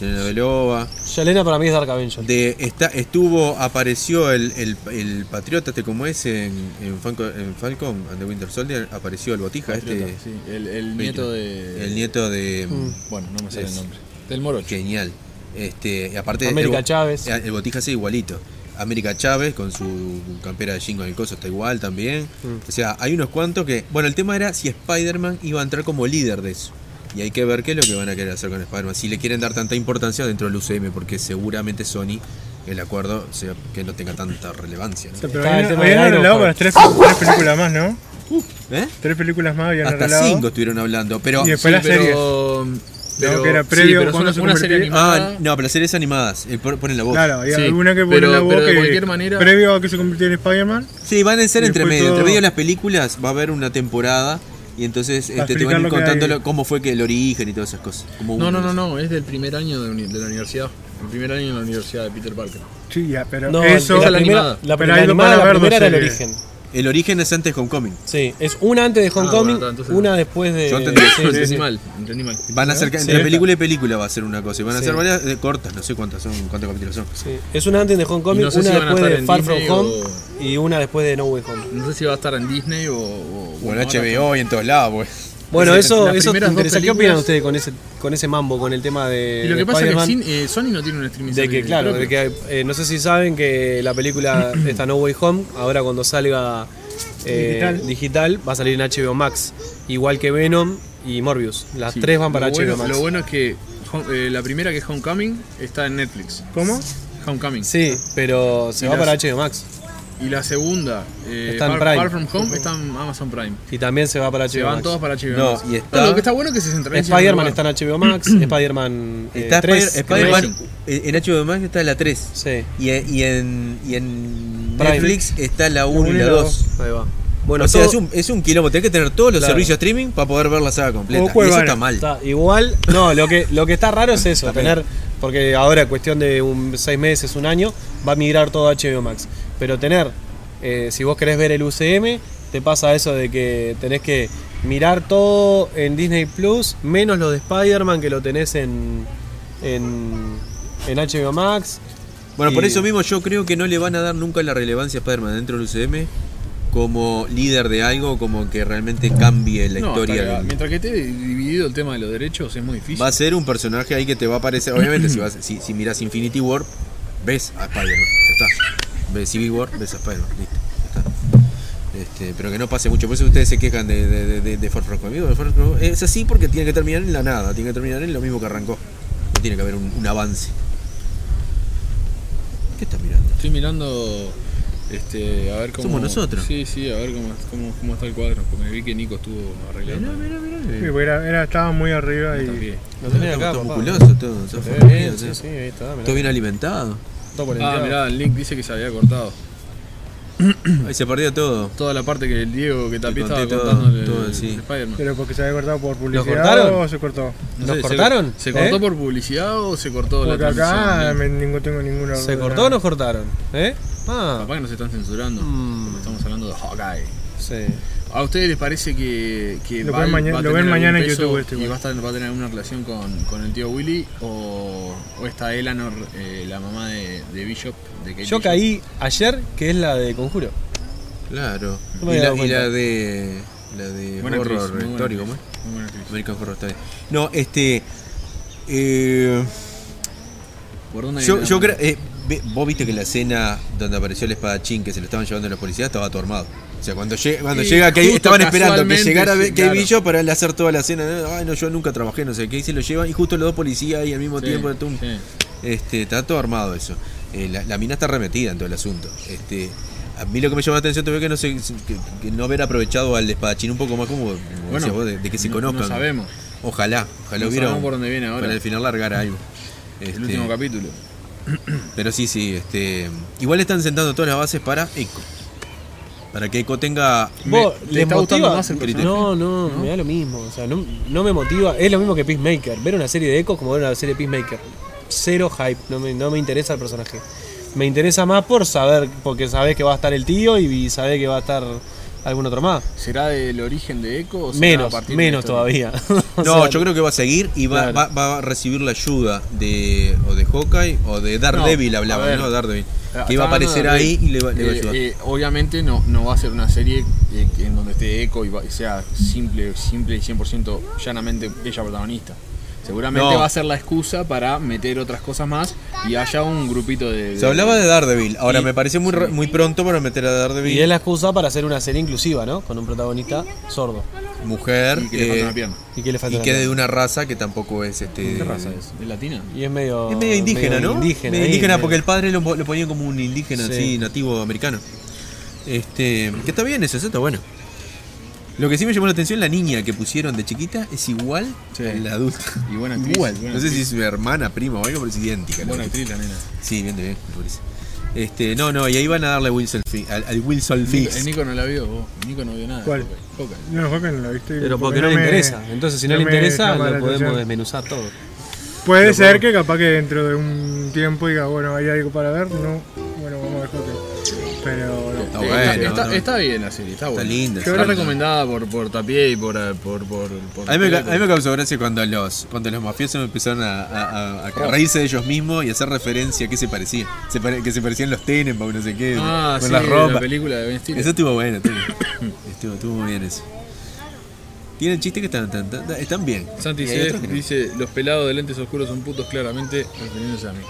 C: Yelena Belova.
A: Yelena para mí es Dark Avenger.
C: De, está, estuvo, apareció el, el, el patriota este como es en, en, Falco- en Falcon and the Winter Soldier, apareció el botija
B: Patriota,
C: este,
B: sí, Mm. el, el nieto de.
C: el nieto de
B: Bueno, no me sale
C: Es-
B: el nombre. Del Moro.
C: genial. Este, y aparte
A: América
C: el bo-
A: Chávez.
C: eh, El botija sí igualito. América Chávez con su campera de Jingo en el coso está igual también. O sea, hay unos cuantos que. Bueno, el tema era si Spider-Man iba a entrar como líder de eso. Y hay que ver qué es lo que van a querer hacer con Spider-Man. Si le quieren dar tanta importancia dentro del UCM, porque seguramente Sony, el acuerdo, sea que no tenga tanta relevancia. ¿no?
D: sea, pero
A: Está el
D: habían,
A: tema
D: habían
A: de Iron
D: arreglado
A: Man.
D: para tres, tres películas más, ¿no?
C: ¿Eh?
D: Tres películas más habían
C: Hasta
D: arreglado.
C: cinco estuvieron hablando, pero. ah,
D: Y después las series.
B: pero,
D: No, que era previo,
B: pero son
D: cuando se
B: una
D: convirtió-
B: serie animada.
C: Ah, no, pero las series animadas. eh, pon- Ponen la voz.
D: Claro, hay
B: Sí,
D: alguna que
B: pero-
D: pone la voz
B: pero de
D: que
B: cualquier manera-
D: previo a que se convirtiera en Spider-Man,
C: Sí, van a ser
D: Y
C: entre
D: después
C: medio. Entre
D: todo-
C: medio de las películas va a haber una temporada y entonces
D: Para
C: este, te van a ir
D: explicar lo que
C: contando
D: hay.
C: lo- cómo fue que el origen y todas esas cosas. Como
B: No,
C: un-
B: no, no, no, es del primer año de, uni- de la universidad. El primer año en la universidad de Peter Parker.
D: sí, ya, pero
A: No,
D: eso.
A: la,
B: la
A: primera,
B: animada.
A: la,
D: Pero
A: la
D: ahí lo
A: animada,
D: van a
A: la
D: ver
A: primera
D: dos
A: era el
D: series.
A: origen.
C: El origen es antes de Homecoming.
A: Sí, es una antes
C: Ah,
A: de Homecoming,
B: bueno, entonces no.
A: una después de.
C: Yo entendí eso,
A: sí, sí,
B: entendí
A: sí.
B: mal, entendí mal.
C: Van a ser
A: Sí,
C: entre
A: está.
C: película y película va a ser una cosa. Y van a
A: Sí.
C: ser varias eh, cortas, no sé cuántas son, cuántos capítulos son.
A: Sí, Es una antes de Homecoming,
B: Y no sé
A: una
B: si van a
A: después
B: estar
A: de
B: en
A: Far
B: Disney
A: From Home
B: o-
A: y una después de No Way Home.
B: No sé si va a estar en Disney o. o
C: Bueno,
B: ahora-
C: HBO y en todos lados, pues.
A: Bueno,
B: Las
A: eso,
B: primeras
A: eso te
B: dos
A: interesa. ¿Qué
B: películas-
A: opinan ustedes con ese, con ese mambo, con el tema de.
B: Y lo
A: de
B: que pasa es que
A: Spider-Man?
B: sin- eh, Sony no tiene un streaming
A: De que,
B: service
A: claro, de
B: propio.
A: que, eh, no sé si saben que la película esta No Way Home, ahora cuando salga eh, digital.
D: Digital.
A: va a salir en HBO Max, igual que Venom y Morbius. Las
B: Sí.
A: tres van para
B: lo
A: HBO
B: bueno,
A: Max.
B: Lo bueno es que Home- eh, la primera que es Homecoming está en Netflix.
D: ¿Cómo?
B: Homecoming.
A: Sí, pero se
B: Y
A: va
B: las-
A: para HBO Max
B: Y la segunda, eh,
A: Está en
B: Far,
A: Prime.
B: Far From Home, está en Amazon Prime.
A: y también se va para
B: Se
A: HBO
B: van
A: Max.
B: todas para HBO
C: No,
B: Max.
C: y está-
B: lo que está bueno es que se centraliza. en un
A: Spider-Man
B: lugar.
A: está en HBO Max, Spider-Man eh,
C: Está
A: 3,
C: Spider- Spider-Man.
B: Amazing.
C: eh, En HBO Max está la 3.
A: Sí,
C: Y, en- y en, y en
A: Prime.
C: Netflix está la 1 y la 2.
A: ahí va. Bueno,
C: o sea,
A: todo-
C: es un, es un quilombo. Tenés que tener todos los
A: Claro.
C: servicios streaming para poder ver la saga completa.
D: O
C: Y eso
D: Cuevana.
C: está mal.
A: Está igual, no, lo que, lo que está raro es eso, tener, porque ahora cuestión de un seis meses, un año, va a migrar todo a HBO Max. Pero tener, eh, si vos querés ver el UCM, te pasa eso de que tenés que mirar todo en Disney Plus, menos lo de Spider-Man que lo tenés en, en, en HBO Max.
C: Bueno,
B: Eh,
C: por
A: Y-
C: eso mismo yo creo que no le van a dar nunca la relevancia a Spider-Man dentro del UCM como líder de algo, como que realmente cambie la
B: No,
C: historia.
B: hasta que-
C: del-
B: mientras que esté dividido el tema de los derechos, es muy difícil.
C: Va a ser un personaje ahí que te va a aparecer. Obviamente, si, vas, si, si miras Infinity War, ves a Spider-Man. Ya está. Ves Civil War, ves a Spider-Man. Listo. ya está. Este, pero que no pase mucho. Por eso ustedes se quejan de, de, de, de, de Far From Home. Digo, de Far From Home Es así porque tiene que terminar en la nada. Tiene que terminar en lo mismo que arrancó. No tiene que haber un, un avance. ¿Qué estás mirando?
B: Estoy mirando este, a ver cómo.
C: Somos nosotros.
B: Sí, sí, a ver cómo, cómo, cómo está el cuadro. Porque vi que Nico estuvo arreglando.
D: Sí, porque era, era- estaba muy arriba
B: Está
D: y.
B: bien.
A: Lo tenés acá,
C: Todo
A: papá.
C: musculoso, todo. sos
A: Se ve
C: fornido,
A: bien,
C: o
A: sí,
C: sea,
A: sí, ahí está, mirá.
C: Todo bien alimentado.
A: Todo
B: Ah,
A: polenteado.
B: mirá, el link dice que se había cortado.
C: Ahí se perdió todo.
B: Toda la parte que el Diego que tapé
C: conté
B: estaba
C: todo,
B: contándole
C: todo,
B: el-
C: sí.
B: el Spider-Man.
D: Pero porque se había cortado por publicidad
A: cortaron?
D: o se cortó.
B: No
A: ¿Los
B: sé, se-
A: cortaron?
B: ¿Se
A: ¿Eh?
B: cortó por publicidad o se cortó
D: Porque
B: la
D: acá eh.
B: transmisión?
D: me- no tengo ninguna.
A: ¿Se cortó o no cortaron? ¿Eh? Ah,
B: Capaz que nos están censurando. porque Estamos hablando de Hawkeye.
A: sí.
B: ¿A ustedes les parece que, que
D: Lo
B: Val
D: ven maña-
B: va a
D: lo
B: tener
D: ven mañana en
B: algún peso
D: YouTube este,
B: y
D: igual.
B: va a, estar- va a tener alguna relación con, con el tío Willy? ¿O, o está Eleanor, eh, la mamá de, de Bishop? De Kate
A: Yo
B: Bishop?
A: caí ayer, que es la de Conjuro.
C: Claro.
A: No me
C: y
A: había
C: la,
A: dado
C: y
A: cuenta.
C: la de. La de
B: Buena actriz,
C: Horror
B: Eh, muy buena
C: Story, ¿cómo es?
B: actriz, muy buena actriz.
C: American Horror Story. No, este. eh,
B: ¿Por dónde
C: yo
B: viene
C: yo
B: la-
C: creo. eh, ve- vos viste que la escena donde apareció el espadachín que se lo estaban llevando los policías estaba todo armado. O sea, cuando, llega cuando
B: Y
C: llega, que
B: justo
C: estaban esperando que
B: casualmente,
C: llegara
B: sí,
C: Kevin
B: claro.
C: para él hacer toda la escena. Ay, no, yo nunca trabajé, no sé qué. Y se lo llevan y justo los dos policías y al mismo
B: Sí,
C: tiempo. tum.
B: sí.
C: Este, está todo armado eso. Eh, la, la mina está remetida en todo el asunto. Este, a mí lo que me llama la atención te veo que no se, que, que no haber aprovechado al espadachín un poco más como, como
B: Bueno,
C: decías vos, de, de que se
B: no-
C: conozcan.
B: no sabemos.
C: Ojalá, ojalá
B: No
C: hubiera
B: sabemos
C: un-
B: por dónde viene ahora.
C: Para el final largar algo.
B: el
C: Este,
B: último capítulo.
C: pero sí, sí, este. Igual están sentando todas las bases para Echo. Para que Echo tenga.
B: ¿Vos
A: ¿Vos
B: les le está gustando motiva? más el personaje?
A: No, no, me da lo mismo. O sea, no, no me motiva. Es lo mismo que Peacemaker. Ver una serie de Echo es como ver una serie de Peacemaker. Cero hype. No me, no me interesa el personaje. Me interesa más por saber, porque sabés que va a estar el tío y, y sabés que va a estar algún otro más.
B: ¿Será del origen de Echo? o será a
A: Menos,
B: partir de
A: menos
B: esto?
A: todavía. O
C: No,
A: sea,
C: yo creo que va a seguir y va,
A: Claro.
C: va- va a recibir la ayuda de o de Hawkeye o de Daredevil,
B: No, a
C: hablaba,
B: ver.
C: ¿no? Daredevil.
B: Ah,
C: Que iba a
B: estaba hablando
C: aparecer
B: de-
C: ahí y le va, le va a
B: eh,
C: ayudar.
B: eh, obviamente no, no va a ser una serie eh, en donde esté Echo y, va- y sea simple, simple y 100% llanamente ella protagonista. Seguramente
C: No.
B: va a ser la excusa para meter otras cosas más y haya un grupito de...
C: Se hablaba de Daredevil, ahora
B: y-
C: me pareció muy, ra- muy pronto para meter a Daredevil.
A: Y es la excusa para hacer una serie inclusiva, ¿no? Con un protagonista sordo.
C: mujer
B: y que le falta
C: eh,
B: una pierna.
A: Y que le falta
C: y
A: la
C: que
A: cara.
C: de una raza que tampoco es este
B: ¿Qué raza es? ¿Es latina?
A: Y es medio.
C: es medio indígena,
A: medio
C: ¿no?
A: Indígena,
C: Medio
A: ahí,
C: indígena
A: medio-
C: porque el padre lo, lo ponía como un indígena
A: Sí.
C: así nativo americano. Este, que está bien eso, eso está bueno. Lo que sí me llamó la atención la niña que pusieron de chiquita es igual
B: Sí.
C: a la adulta.
B: Y buena actriz,
C: Igual.
B: buena
C: no sé si
B: actriz.
C: es mi hermana, prima o algo, pero es idéntica. la
B: Buena
C: verdad.
B: actriz la nena.
C: Sí, bien, bien, me parece. Este, no, no, y ahí van a darle a Wilson Fi- al, al Wilson
B: Nico,
C: Fisk.
B: el Nico no la vio, vos. El Nico no vio nada.
D: ¿Cuál?
B: Coca.
D: No, Hawkeye no la viste.
A: Pero porque no le
D: me-
A: interesa. Entonces, si no,
D: no
A: le
D: me
A: interesa,
D: llama
A: lo
D: la
A: podemos
D: atención.
A: desmenuzar todo.
D: Puede ser que capaz que dentro de un tiempo diga, bueno, hay algo para ver, no, bueno, vamos a ver Hawkeye. Pero no.
C: Está
B: Eh,
C: bueno,
B: está, está-
C: no, no.
B: está bien la serie, está buena.
C: linda,
B: Está
C: está linda.
B: recomendada por, por Tapié y por... eh, por, por, por
C: A mí, me, ca- a mí me causó gracia cuando los, cuando los mafiosos empezaron a, a- a- a
B: Oh.
C: reírse de ellos mismos y hacer referencia a qué se parecía. Se pare- que se parecían los Tenenbaum, no sé qué,
B: Ah,
C: con
B: sí,
C: las
B: la
C: ropas.
B: película de Ben Stiller.
C: Eso estuvo bueno, estuvo, estuvo, estuvo muy bien eso. Tienen chistes que están, tan- tan- están bien.
B: Santi
C: Y hay
B: C
C: otros que no.
B: dice, los pelados de lentes oscuros son putos claramente refiriéndose a mí.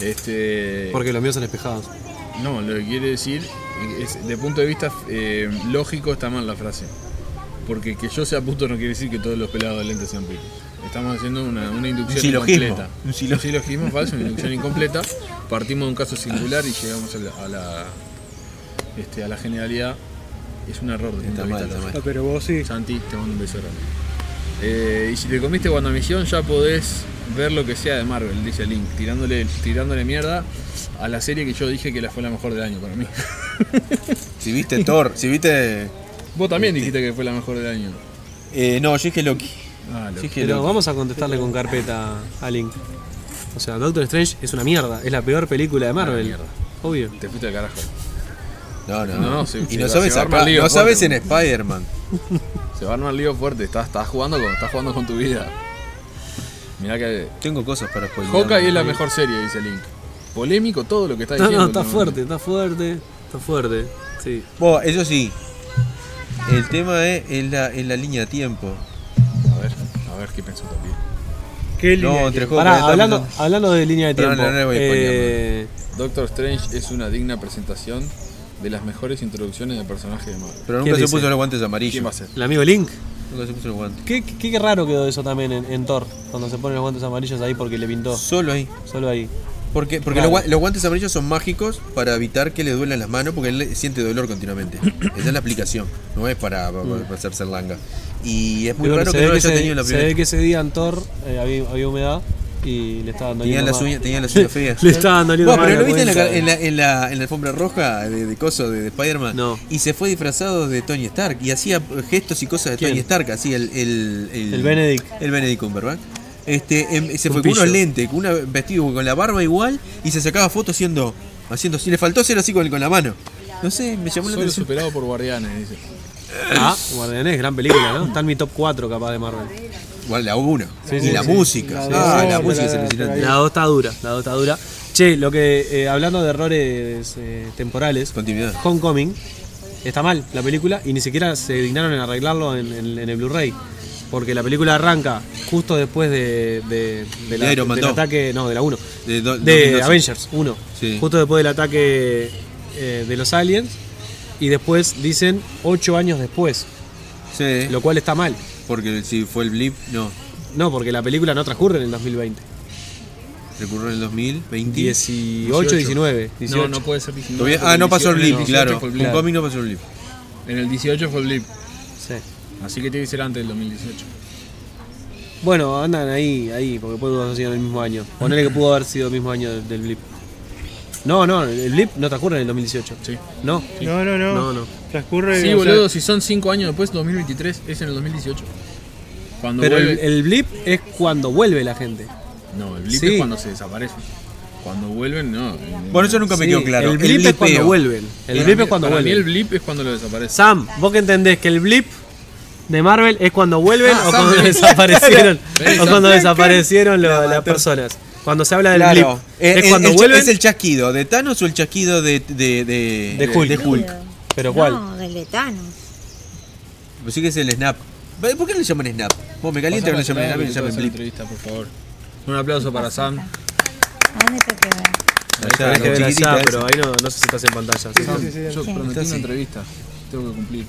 B: Este...
A: Porque los míos son espejados.
B: No, lo que quiere decir es, de punto de vista eh, lógico está mal la frase. Porque que yo sea puto no quiere decir que todos los pelados de lentes sean picos. Estamos haciendo una, una inducción
C: Un silogismo.
B: incompleta.
C: Un
B: Un
C: silo-
B: silogismo falso, una inducción incompleta. Partimos de un caso singular y llegamos a la, a la, este, a la generalidad. Es un error de punto
C: Está
B: de
C: mal,
B: vista
C: está
B: lógico.
C: mal.
D: Ah, pero vos sí.
B: Santi, te mando un beso grande. Eh, y si te comiste WandaVision ya podés ver lo que sea de Marvel, dice Link, tirándole, tirándole mierda a la serie que yo dije que la fue la mejor del año para mí.
C: Si viste Thor, si viste.
B: Vos también
A: Este.
B: dijiste que fue la mejor del año.
C: eh, no, yo dije Loki.
B: Ah,
C: Yo
B: lo-
C: dije
A: Pero
C: Loki.
A: vamos a contestarle con carpeta a Link. O sea, Doctor Strange es una mierda. Es la peor película
D: Ah,
A: de Marvel.
B: mierda.
A: Obvio.
B: Te fuiste al carajo.
C: No, no,
B: No, sí,
C: y
B: sí,
C: no
B: va-
C: sabes
B: se va a
C: acá,
B: armar lío
C: no sabes en
B: fuerte.
C: Spider-Man.
B: Se va a armar lío fuerte, estás, estás jugando con, estás jugando con tu vida. Mirá que.
C: Tengo cosas para spoiler.
B: Hawkeye es la mejor serie, dice Link. Polémico todo lo que está
A: No,
B: diciendo.
A: no, está fuerte,
B: últimamente.
A: está fuerte, está fuerte. Sí.
C: Bueno, eso sí. El tema es, es la, es la línea de tiempo.
B: A ver, a ver qué pensó también.
D: ¿Qué
C: No,
D: línea
C: entre Hawkeye.
D: tiene?
A: Pará,
C: estamos-
A: hablando, hablando de línea de
C: Pero no,
A: tiempo.
C: no le voy a
A: eh,
B: Doctor Strange es una digna presentación de las mejores introducciones de personaje de Marvel.
C: Pero
A: ¿Quién
C: nunca se
A: dice?
C: puso los guantes amarillos.
B: ¿Quién va a ser?
A: el amigo Link.
C: Nunca se puso los guantes.
A: ¿Qué, qué, qué raro quedó eso también en, en Thor, cuando se ponen los guantes amarillos ahí porque le pintó.
C: Solo ahí.
A: Solo ahí.
C: Porque, porque
A: Claro.
C: los, gua- los guantes amarillos son mágicos para evitar que le duelan las manos porque él le- siente dolor continuamente. Esa es la aplicación, no es para, para, para hacerse langa. Y es muy
A: Digo,
C: raro
A: se
C: que no
A: ve
C: lo
A: que
C: haya
A: ese-
C: tenido en la
A: Se ve
C: primera.
A: que ese día en Thor eh, había, había humedad y le estaba dando
C: Tenía
A: lindo
C: las
A: mal.
C: uñas, tenía las uñas feas.
A: Le estaban doliendo
C: Vos,
A: mal
C: pero
A: la
C: lo viste en la,
A: cuenta.
C: ca- en la, en la- en la alfombra roja de, de coso de, de Spider-Man.
A: No.
C: Y se fue disfrazado de Tony Stark y hacía gestos y cosas de
A: ¿Quién?
C: Tony Stark, así el el,
A: El Benedict.
C: El Benedict Cumberbatch. Este, em, se
A: Un
C: fue con
A: pillo.
C: unos lentes, con una vestido con la barba igual y se sacaba fotos haciendo haciendo así, le faltó hacer así con, con la mano. No sé, me llamó la
B: Solo
C: atención.
B: superado por Guardianes, dice.
A: Ah, Guardianes, gran película, ¿no? Está en mi top 4 capaz de Marvel.
C: Igual la uno. y
A: sí,
C: la
A: sí.
C: música.
D: La
C: ah,
D: dos,
C: la
D: la-
C: música es
D: la-
C: impresionante.
A: La 2 está dura, la 2 está dura. Che, lo que eh, hablando de errores eh, temporales,
C: Continuidad.
A: Homecoming está mal la película y ni siquiera se dignaron en arreglarlo en, en- en el Blu-ray. Porque la película arranca justo después de, de- de la-
C: De Iron Man
A: del
C: 2.
A: ataque. No, de la 1.
C: De do-
A: de
C: 2012.
A: Avengers 1.
C: Sí.
A: Justo después del ataque eh, de los aliens. Y después dicen 8 años después.
C: Sí,
A: Lo cual está mal.
C: porque si fue el blip, no.
A: No, porque la película no transcurre en el 2020.
C: Recurrió en el 2020.
A: 18, 19. 18.
B: No, no puede ser 19.
C: Todavía-
B: porque
C: ah, no pasó el
B: 18
C: blip,
B: no,
C: claro.
B: fue el
C: Un
B: blip.
C: cómic no pasó el blip.
B: En el 18 fue el blip.
A: Sí.
B: Así que tiene que ser antes del 2018.
A: Bueno, andan ahí, ahí, porque pudo haber sido en el mismo año. Ponele que pudo haber sido el mismo año del, del blip. No, no, el blip no transcurre en el 2018.
B: Sí.
A: No.
D: No, no, no.
A: No, no.
D: Transcurre.
B: Sí,
D: o sea,
B: boludo, si son 5 años después, 2023 es en el 2018. Cuando
A: Pero el,
B: vuelve.
A: el blip es cuando vuelve la gente.
B: No, el blip
A: Sí.
B: es cuando se desaparece. Cuando vuelven, no. En-
C: Bueno, eso nunca me
A: Sí,
C: quedó claro.
A: El blip es cuando
C: blipeo.
A: vuelven. El
B: para
A: blip
B: mí-
A: es cuando
B: para mí
A: vuelven.
B: el blip es cuando lo desaparece.
A: Sam, ¿vos que entendés que el blip de Marvel es cuando vuelven
B: Ah,
A: o
B: Sam,
A: cuando
B: me-
A: desaparecieron?
B: Sí,
A: o
B: Sam.
A: cuando desaparecieron lo- las personas. Cuando se habla del
C: Claro.
A: blip,
C: Eh,
A: es
C: eh,
A: cuando
C: el cha-
A: vuelven.
C: ¿Es el chasquido de Thanos o el chasquido de, de, de,
A: De Hulk. ¿Pero cuál?
E: No, del de Thanos.
C: Pues sí que es el snap. ¿Por qué no le llaman snap? Vos me calienta que no le llaman snap y le llaman blip.
B: entrevista, por favor. Un aplauso para Sam.
E: ¿A dónde Ah, te quedas?
C: Allá,
A: Tenés que
C: la
A: ver allá,
C: chiquitita esa.
A: pero ahí no, no sé si estás en pantalla.
B: Sam,
D: sí, sí,
B: yo
E: sí.
B: prometí una
C: Está así.
B: entrevista. Tengo que cumplir.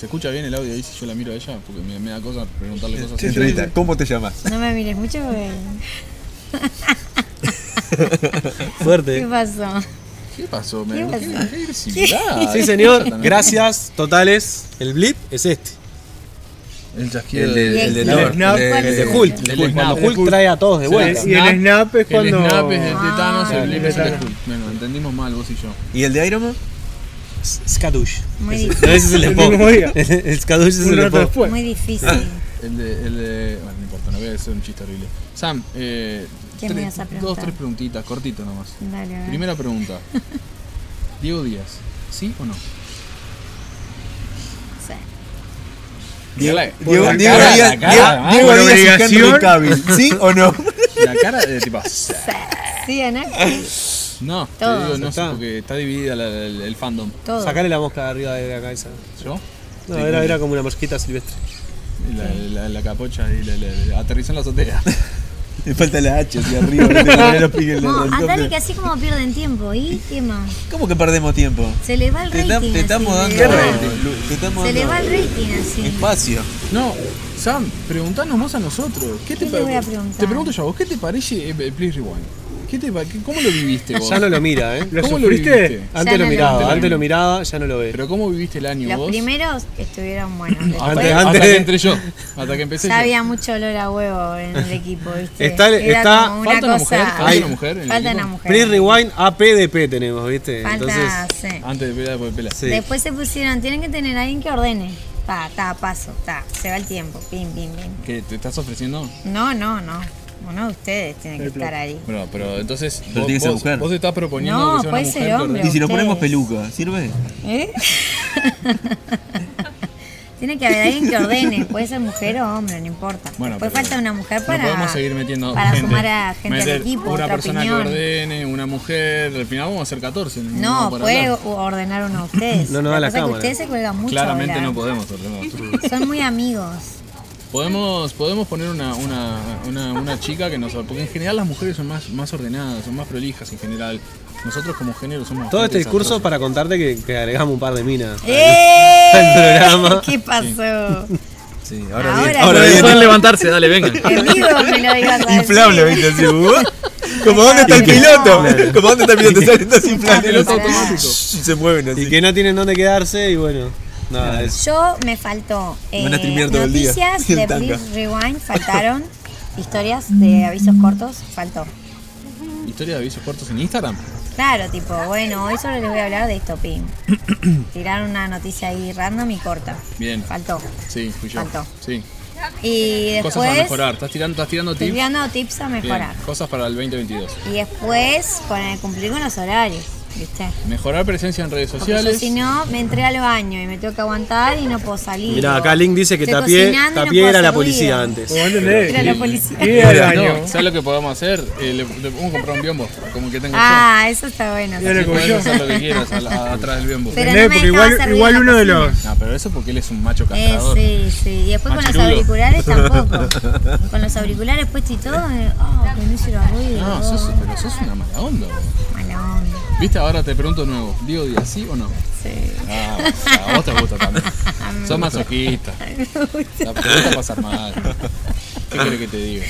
B: ¿Se escucha bien el audio ahí si yo la miro a ella? Porque me, me da cosa preguntarle cosas.
C: Sí, entrevista. ¿Cómo te llamas?
E: No me mires mucho porque... ¿Qué
A: Fuerte.
E: pasó?
B: ¿Qué pasó? Me
E: ¿Qué
B: ¿Qué,
E: pasó?
B: qué agresividad.
A: Sí, señor. Gracias totales. El blip es este.
B: El chasquido
C: El
B: de-
C: de-
E: el
C: el de
E: de
D: Thor,
E: Snap,
C: Eh, el de-
E: ¿cuál
A: El
E: es
A: de
E: el
A: Hulk.
B: El
A: El
B: del
A: Hulk, cuando
B: Snap.
A: Hulk trae a todos de vuelta.
D: y el snap es cuando.
B: El snap es de, de Thanos,
E: Ah,
B: el blip es el de
D: claro.
B: Hulk. Bueno, entendimos mal vos y yo.
C: ¿Y el de Iron Man?
A: Skadush.
E: Muy
A: No,
E: difícil.
A: ese es el de
D: El
A: Poe.
D: mismo día.
A: El Skadush es
D: Un
A: el de
D: rato
A: Poe.
D: después.
E: Muy difícil.
B: El de, el de- Bueno, no importa, no voy a hacer un chiste horrible. Sam, eh,
E: ¿Qué me vas a
B: dos,
E: preguntar?
B: tres preguntitas, cortito nomás.
E: Dale, a ver.
B: Primera pregunta. Diego Díaz, ¿sí o no?
E: Sí.
B: Diego,
C: Diego,
B: la,
C: Diego
B: cara,
C: Díaz,
B: la, cara,
C: Diego, Diego
D: Por
C: Díaz y
D: obligación.
C: Henry Cavill, ¿sí o no?
B: la cara de tipo...
E: Sí, Ana.
B: No, te
E: Todos.
B: digo no sé,
A: Está.
B: porque está dividida la- la- el, el fandom.
E: Todo.
A: Sacale la mosca de arriba de la cabeza.
B: ¿Yo?
A: No,
B: Sí,
A: era,
B: como-
A: era como una mosquita silvestre.
B: La, la- la capocha y la, la- la- aterrizó en la azotea.
C: Le falta la H hacia arriba. no tengo manera de explicarle
E: No,
C: la
E: andale
C: razón,
E: que así como pierden tiempo. ¿Y qué más?
C: pero- ¿Cómo que perdemos tiempo?
E: Se le va el
C: Te, ta-
E: rating.
C: te estamos
E: así,
C: dando,
E: de verdad.
C: te estamos
E: Se le va el
C: dando
E: rating así.
C: espacio.
B: No, Sam, preguntanos más a nosotros. ¿Qué te
E: ¿Qué
B: pa-
E: le voy a preguntar?
B: Te pregunto yo, a vos, ¿qué te parece eh, eh, Please Rewind? ¿Qué te pa- qué- ¿Cómo lo viviste vos?
A: Ya no lo mira, ¿eh?
D: ¿Lo
B: ¿Cómo
D: sufriste?
A: Antes
E: Ya
A: lo
E: no lo
A: miraba,
B: mira.
A: antes lo miraba, ya no lo ve.
B: Pero ¿cómo viviste el año
E: Los
B: vos?
E: primeros estuvieron buenos. después
B: Hasta,
A: Antes-
B: hasta
A: antes.
B: que entré yo, hasta que empecé
E: Ya
B: yo.
E: había mucho olor a huevo en el equipo, ¿viste?
A: Está-
E: Era
A: está-
E: como una
B: Falta una
E: cosa.
B: mujer, falta
A: Ay.
B: una mujer en el
E: Falta
B: equipo.
E: una mujer.
A: Free Rewind APDP tenemos, ¿viste?
E: Falta,
A: Entonces,
E: sí.
B: Antes de pela, después de pela.
A: sí.
E: Después se pusieron, tienen que tener a alguien que ordene. Ta, ta, paso, ta. Se va el tiempo. Pim, pim, pim.
B: ¿Qué, ¿Te estás ofreciendo?
E: No, no, no. Uno de ustedes tiene que estar ahí.
B: Bueno, pero entonces
C: Pero
B: vos,
C: tiene que ser
B: vos-
C: mujer.
B: vos estás proponiendo
E: No,
B: que sea una
E: puede
B: mujer.
E: ser
B: que
E: hombre.
B: ordene.
C: Y si nos
E: ustedes.
C: ponemos peluca, ¿sirve?
E: ¿Eh? tiene que haber alguien que ordene. Puede ser mujer o hombre, no importa.
B: Bueno,
E: Después
B: pero
E: falta una mujer
B: no
E: para.
B: podemos seguir metiendo
E: Para
B: gente.
E: sumar a gente
B: Meter
E: al equipo.
B: Una
E: otra
B: persona
E: opinión.
B: que ordene, una mujer. Al final vamos a hacer 14.
E: No,
B: para
E: puede
B: hablar.
E: ordenar uno a ustedes.
A: No nos da la
E: cosa es que
A: cámara.
E: ustedes se cuelgan mucho.
B: Claramente
E: ahora.
B: no podemos ordenar.
E: Son muy amigos.
B: podemos, podemos poner una, una, una, una chica que nos. Porque en general las mujeres son más, más ordenadas, son más prolijas en general. Nosotros como género somos.
A: todo este
B: bastante
A: discurso
B: desastrosos.
A: para contarte que, que agregamos un par de minas.
E: ¡Eh!
A: Al programa.
E: ¿Qué pasó?
C: Sí,
E: ahora bien.
B: Ahora
E: Ahora
B: bien,
E: bien.
B: pueden levantarse, dale, vengan.
E: En vivo me lo ibas a decir.
C: Inflable, ¿viste? Así, uh, Como dónde está el piloto. Como dónde está el piloto. Salen todos inflables.
E: Piloto automático.
C: Shh, Se mueven
A: Y
C: así.
A: que no tienen dónde quedarse y bueno, nada, es
E: Yo me faltó. Eh,
C: Van a streamear todo el día.
E: noticias
C: Y el
E: de
C: tanga.
E: Please Rewind faltaron. Historias de avisos cortos faltó.
B: Historia de avisos cortos en Instagram.
E: Claro, tipo, bueno, hoy solo les voy a hablar de esto, pim. Tirar una noticia ahí random y corta.
B: Bien.
E: Faltó.
B: Sí, fui yo.
E: Faltó.
B: Sí.
E: Y
B: Cosas para
E: después.
B: mejorar. Estás tirando, estás tirando
E: Estoy
B: tips.
E: dando tips a
B: Bien,
E: mejorar.
B: Cosas para el 2022.
E: Y después, con el cumplir con los horarios, ¿viste?
B: Mejorar presencia en redes
E: Porque yo,
B: sociales.
E: si no, me entré al baño y me tengo que aguantar y no puedo salir.
A: Mirá,
E: O
A: acá Link dice que
E: estoy
A: Tapié,
E: cocinando y no
A: Tapié
E: puedo
A: era la
E: hacer
A: policía
E: ruido.
A: antes.
D: ¿Vos entendés?
E: Era la policía.
D: Y era el baño.
B: No, ¿sabes lo que podemos hacer? Eh, le, le podemos comprar un biombo, como que tengo
E: Ah, eso está bueno.
D: Era
B: yo.
D: como
B: Podés
D: yo.
B: hacer lo que quieras a la- atrás del biombo.
E: Pero- no
D: ¿Entendés?
E: me
D: Porque
E: dejaba
D: igual,
E: servir
D: igual
E: la
D: uno de
E: cocina.
D: los.
B: No, pero eso porque él es un macho
E: Eh,
B: castrador.
E: sí, sí. Y después con los
B: Machirulo.
E: auriculares tampoco. Con los auriculares puestos y todo, eh, oh, que no se lo ruido.
B: No, sos, pero sos una mala onda. bro.
E: Mala onda.
B: Viste, ahora te pregunto de nuevo. ¿Digo Díaz sí o no?
E: Sí.
B: Ah, a vos te gusta también. Sos masoquista. La pregunta pasa mal. ¿Qué querés que te diga?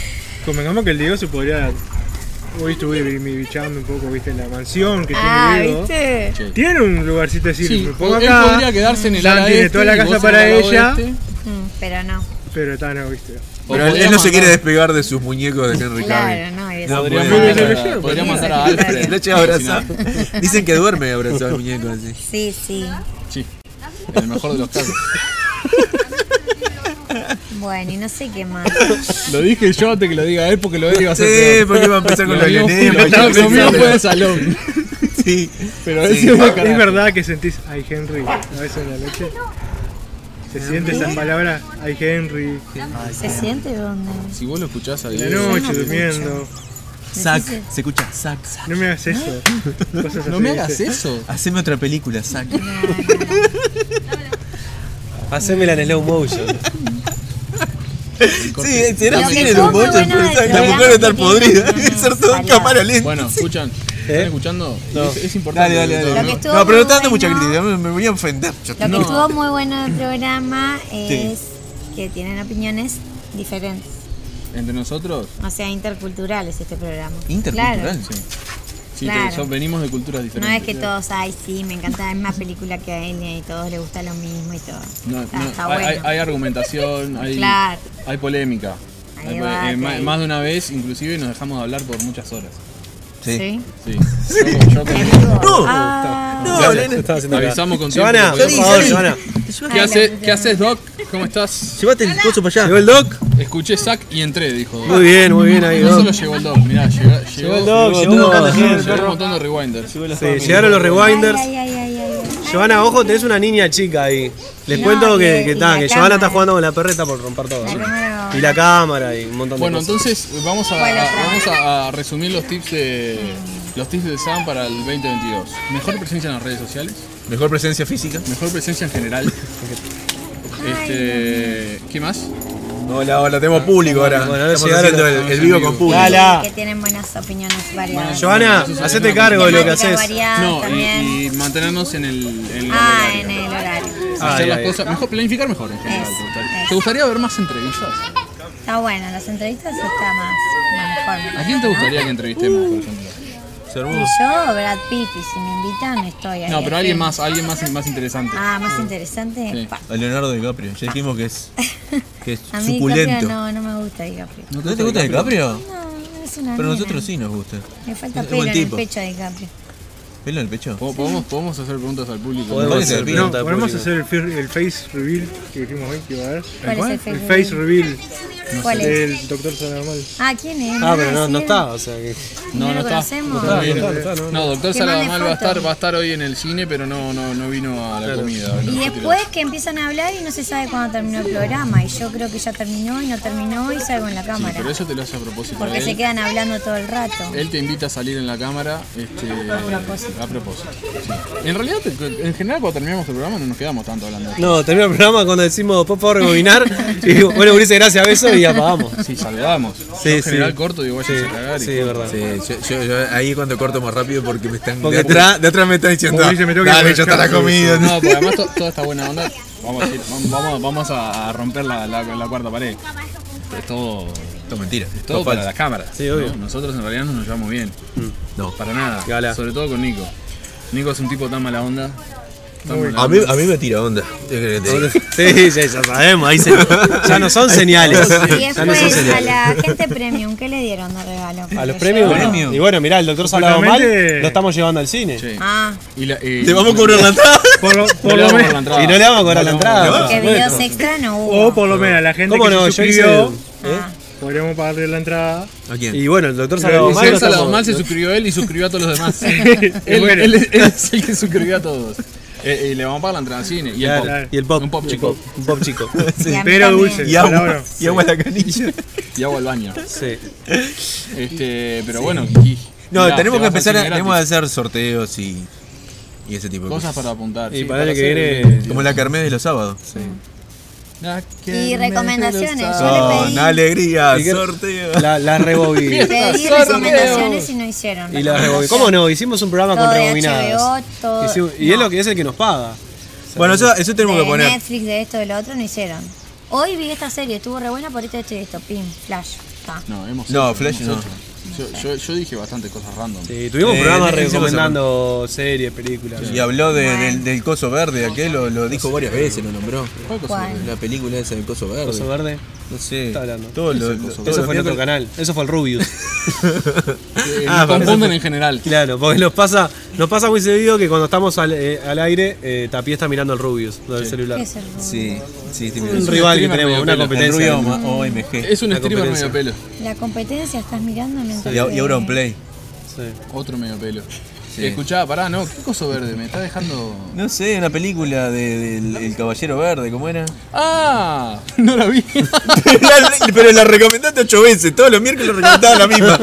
D: Convengamos que el Diego se podría Hoy estuve bi- bi- bichando un poco, viste, la mansión que
E: Ah,
D: tiene Diego.
E: ¿viste?
B: Sí.
D: Tiene un lugarcito así,
B: Sí,
D: me pongo
B: él
D: acá,
B: podría quedarse en el
D: Sam
B: ala
D: tiene
B: este
D: toda la
B: y
D: casa
B: vos en
D: para
B: el ala
D: ella.
B: oeste.
E: Mm, pero no.
D: pero está, no, viste.
B: O
C: Pero
B: podría
C: él, él no se
B: mandar-
C: quiere despegar de sus muñecos de Henry
E: Claro,
C: Cavill.
E: no. y eso-
B: Podría
C: puede.
B: mandar a- podría mandar a Alfred.
C: Noche abrazado. Dicen que duerme abrazado al muñeco así.
E: Sí, sí.
B: Sí, en el mejor de los casos.
E: Bueno, y no sé qué más.
B: Lo dije yo antes que lo diga él porque lo él iba a ser
C: Sí, porque va a empezar con los
B: mío fue-
C: enemas.
B: lo mío fue de salón.
C: Sí.
B: Pero él
C: Sí.
B: sí fue
D: Es
B: carajo.
D: verdad que sentís, ay Henry, a veces en la noche. ¿Se siente esas palabras? Ay Henry,
E: ¿Se siente dónde?
B: Si vos lo escuchás a
D: la
B: Diego,
D: noche
E: escucho.
D: durmiendo.
C: Zack, se escucha Zack, Zack.
D: No me hagas eso. Cosas
B: no
D: así,
B: me hagas
D: ¿viste?
B: eso.
C: Haceme otra película, Zack.
A: Hacémela en slow motion.
C: Sí, será
E: Lo
C: que
E: que
C: tiene
E: son
C: los
E: muy
C: bollos,
E: buenos
C: pero Zack, la
E: programas
C: mujer está
E: que tienen,
C: podrida.
E: no, no,
C: Es ser todo en
E: variado.
C: cámara lenta.
B: Bueno, escuchan. ¿Están
A: ¿Eh?
B: escuchando?
A: No.
B: Es, es importante.
C: dale, dale.
B: todo,
E: Lo
B: ¿no?
E: que estuvo
C: No, pero no
E: muy
C: te dando mucha
E: bueno-
C: crítica, me, me voy a ofender. Yo-
E: Lo que
B: No.
E: estuvo muy bueno del programa
C: Sí.
E: es que tienen opiniones diferentes.
B: Entre nosotros,
E: O sea, interculturales este programa.
C: Intercultural,
E: Claro.
C: sí.
B: sí,
E: Claro.
B: que son- venimos de culturas
E: No
B: diferentes.
E: es que todos, ay, sí, me encanta la misma película que a él y todos les gusta lo mismo y todo.
B: No,
E: está,
B: no,
E: está
B: hay,
E: bueno.
B: hay- hay argumentación, hay,
E: Claro.
B: hay polémica.
E: Hay
B: Hay pole-
E: debate,
B: eh, ma-
E: hay-
B: Más de una vez, inclusive, nos dejamos de hablar por muchas horas.
C: Sí.
E: ¿Sí?
B: Sí. Yo- yo con-
C: No.
E: Ah,
C: No, Elena.
A: Estaba haciendo acá.
B: Avisamos con tiempo.
A: Giovanna, por
B: porque-
A: favor, Giovanna.
E: ah,
B: ¿Qué, hace- ¿Qué haces, Doc? ¿Cómo estás?
A: Llévate el coso para allá. ¿Llegó el doc?
B: Escuché sac y entré, dijo Doc.
A: Muy bien, muy bien ahí,
B: No
A: doc.
B: solo llegó el Doc, mirá, llega- llegó,
A: Llegó el doc, llegó un montón de gente,
B: llegó un
A: perro.
B: montón de rewinders.
A: Sí, llegaron los
E: ay,
A: rewinders.
E: ay, ay, ay, ay.
A: Giovanna, ojo, tenés una niña chica ahí. Les
E: No,
A: cuento que,
E: y-
A: que,
E: y
A: ta,
E: la
A: que Giovanna está
E: cámara.
A: jugando con la perreta por romper todo.
E: La
A: ¿no?
E: cámara.
A: Y la cámara y un montón de
B: Bueno,
A: cosas.
B: entonces vamos a,
E: Bueno, otra.
B: vamos a, a resumir los tips de los tips de Sam para el 2022. Mejor presencia en las redes sociales,
C: Mejor presencia física.
B: mejor presencia en general. Este, ¿qué más?
C: Hola, hola, tenemos público ahora.
A: Bueno, ahora
C: Estamos
A: llegaron
C: haciendo
A: los-
C: el, el vivo con público.
A: Dale. Ala.
E: Que tienen buenas opiniones variadas.
A: Giovanna, hacete cargo de lo que
E: Temáticas
A: haces.
E: variadas
B: No,
E: también.
B: y, y mantenernos en el, en el
E: ah,
B: horario.
E: en el horario.
B: Hacer
A: Ay,
B: las
A: ay.
B: cosas, mejor planificar mejor en general.
E: Eso,
B: ¿te gustaría?
E: eso.
B: ¿Te gustaría ver más entrevistas?
E: Está bueno, las entrevistas está más. más mejor,
B: ¿A quién te
E: ¿no?
B: gustaría que entrevistemos, por ejemplo?
C: Se
E: Y
C: armó.
E: yo, Brad Pitt, y si me invitan, no estoy ahí.
B: No, pero alguien más, alguien más, más interesante.
E: Ah, más interesante.
B: Sí.
E: pa.
C: A Leonardo DiCaprio. Ya dijimos que es, que es
E: A mí
C: suculento.
E: DiCaprio no, no me gusta DiCaprio.
C: ¿No te gusta DiCaprio?
E: No, es una
C: Pero a
E: nena.
C: nosotros sí nos gusta.
E: Me falta
C: Es
E: pelo
C: buen
E: en el
C: tipo.
E: pecho de DiCaprio.
C: ¿Pelo en el pecho?
B: Po- ¿Podemos, podemos hacer preguntas al público.
A: Podemos
C: Parece
A: hacer
C: bien.
D: No,
A: preguntas de
D: podemos
A: público.
D: hacer el, fir- el face reveal que dijimos hoy que iba a haber.
E: ¿Cuál es el
D: El
E: Facebook?
D: face reveal
E: ¿Cuál es?
D: del doctor Sanormal.
E: Ah, ¿quién es?
A: Ah,
E: ¿Me
A: pero
E: vas a
A: no, no
E: decir?
A: está, o sea que.
E: No,
B: No,
E: lo
B: no está.
E: conocemos.
B: No,
A: No, no
B: no,
A: está, no, no.
B: doctor
E: Que mande
B: Salamal va a
E: fotos.
B: estar, va a estar hoy en el cine, pero no, no, no vino a la comida.
E: Y
B: No,
E: después que empiezan a hablar y no se sabe cuándo terminó el programa. Y yo creo que ya terminó y no terminó y salgo en la
B: Sí,
E: cámara.
B: pero eso te lo hace a propósito.
E: porque
B: él, Eh,
E: se quedan hablando todo el rato.
B: él te invita a salir en la cámara este, a propósito. sí. En realidad, te- en general, cuando terminamos el programa no nos quedamos tanto hablando.
A: No, termina el programa cuando decimos, por favor, rebobinar. y digo, bueno, Ulises, gracias, beso y apagamos.
B: Sí, saludamos.
A: Sí,
B: Yo en
A: sí.
B: general corto, digo, vayas a cagar. y-
A: Sí, es verdad.
C: Sí, yo, yo- yo ahí cuando corto más rápido porque me están.
A: Porque-
C: de, atrás, de atrás me están diciendo.
D: Como dice, me tengo que
C: Dale,
D: poner
C: ya está la
D: chato".
C: comida.
B: No, porque además to- toda esta buena onda, vamos a, decir, vamos, vamos a a romper la, la- la cuarta pared. Es todo,
C: Esto es mentira.
B: todo
C: Esto
B: para
C: falso.
B: las cámaras.
A: Sí, obvio. Mm.
B: ¿no? Nosotros en realidad no nos llevamos bien.
C: No.
B: Para nada.
A: Gala.
B: Sobre todo con Nico. Nico es un tipo tan mala onda. tan mala
C: A mí,
B: onda.
C: a mí me tira onda. ¿Qué querés que te diga?
A: Sí, sí, ya sabemos, ahí se, ya no son señales.
E: Y
A: Ya no son
E: después a
A: señales.
E: la gente premium, ¿qué le dieron de regalo?
A: A
E: Porque
A: los
E: yo-
A: premios.
C: Premio.
A: Y bueno, mirá, el doctor Salado mal,
D: Justamente-
A: lo estamos llevando al cine.
B: Sí.
E: Ah,
B: Y la- eh, y-
C: Te vamos a cobrar la entrada.
D: Por lo,
B: no
D: por
B: le
D: lo
B: vamos
D: menos.
B: por la entrada.
A: Y Ah, no le vamos a cobrar la
B: No le
A: entrada.
B: vamos a
A: por
E: porque
A: supuesto.
E: videos extra no hubo.
D: O por lo menos a la gente
A: ¿Cómo
D: que
A: no?
D: se
A: Yo hice.
D: suscribió,
A: el-
E: Ah,
D: podríamos pagarle la entrada.
C: ¿A quién?
A: Y bueno, el doctor
D: Pero
A: Salado
B: cobrar.
A: mal. lo
B: César
A: estamos-
B: Ladomal se suscribió él y suscribió a todos los demás.
D: Y
B: él,
D: bueno.
B: él es- él es el que suscribió a todos. Eh, y le vamos a pagar la entrada al cine. Y el
A: Claro,
B: pop.
A: Y el pop.
B: Un pop
A: un
B: chico.
A: Un pop chico.
E: y a mí
D: Pero
E: también.
D: dulce.
C: Y
D: Palabra.
C: agua, y agua a la canilla.
B: Y agua al baño.
A: Sí.
B: Este, pero bueno, y-
C: No,
B: mirá,
C: tenemos
B: te
C: que
B: vas al
C: empezar a,
B: cine
C: tenemos que
B: gratis.
C: hacer sorteos y, y ese tipo de
B: cosas
C: cosas.
B: para apuntar.
A: Y
B: sí,
A: para el año que
B: hacer- eh,
A: viene.
C: Como la carmé de los sábados.
B: Ah, que
E: Y
B: me
E: recomendaciones, yo
B: interesa.
E: le pedí-
C: Con alegría,
A: ¿Y qué-
C: sorteo.
A: La, la rebobina.
E: Pedí
B: Sorteo.
E: recomendaciones y no hicieron. Eh,
A: Y la rebobina. ¿Cómo no? Hicimos un programa
E: Todo
A: con
E: de
A: rebobinadas.
E: HBO, todo-
A: Hicimos- y es,
E: no.
A: lo que, es el que nos paga.
C: Bueno, eso, eso tenemos que
E: De
C: poner.
E: Netflix, de esto, de lo otro, no hicieron. Hoy vi esta serie, estuvo re buena por esto, esto y esto. Pim, flash. está.
B: No, hemos
C: No,
B: hecho,
C: Flash
B: hemos
C: no.
B: hecho. Yo, yo- yo dije bastante cosas random.
A: Sí, tuvimos
C: Eh,
A: programas
C: ese cosa,
A: recomendando series, películas.
C: Y habló de- del, del coso verde, aquel lo, lo dijo varias veces, lo nombró.
B: ¿Cuál cosa?
E: ¿Cuál?
C: La película esa del coso verde.
A: Coso verde.
C: No sé.
A: Está hablando.
C: Todo lo,
B: Ese coso
C: todo
A: Eso
C: lo
A: fue en otro canal. Eso fue el Rubius.
B: Eh,
A: Ah,
B: me
A: parece-
B: confunden en general.
A: Claro, porque nos pasa, nos pasa muy seguido que cuando estamos al, eh, al aire, eh, Tapie está mirando el Rubius del celular.
E: ¿Qué
A: Es
E: es el rubio?
C: Sí, sí, sí, mira,
A: un
C: es
A: rival que
B: streamer
A: tenemos,
B: medio
A: una
B: pelo.
C: El
A: competencia.
C: Rubio Ma- OMG.
B: Es un
A: La
B: streamer
A: competencia.
B: medio pelo.
E: La competencia estás mirando no
C: Y,
E: entendés.
C: y ahora un play.
A: Sí.
B: Otro medio pelo. Escuchá, pará, no, ¿qué coso verde? Me está dejando.
C: No sé, una película de- del El Caballero Verde, ¿cómo era?
B: ¡Ah! No la vi.
C: pero, la, pero la recomendaste ocho veces, todos los miércoles recomendaba la misma.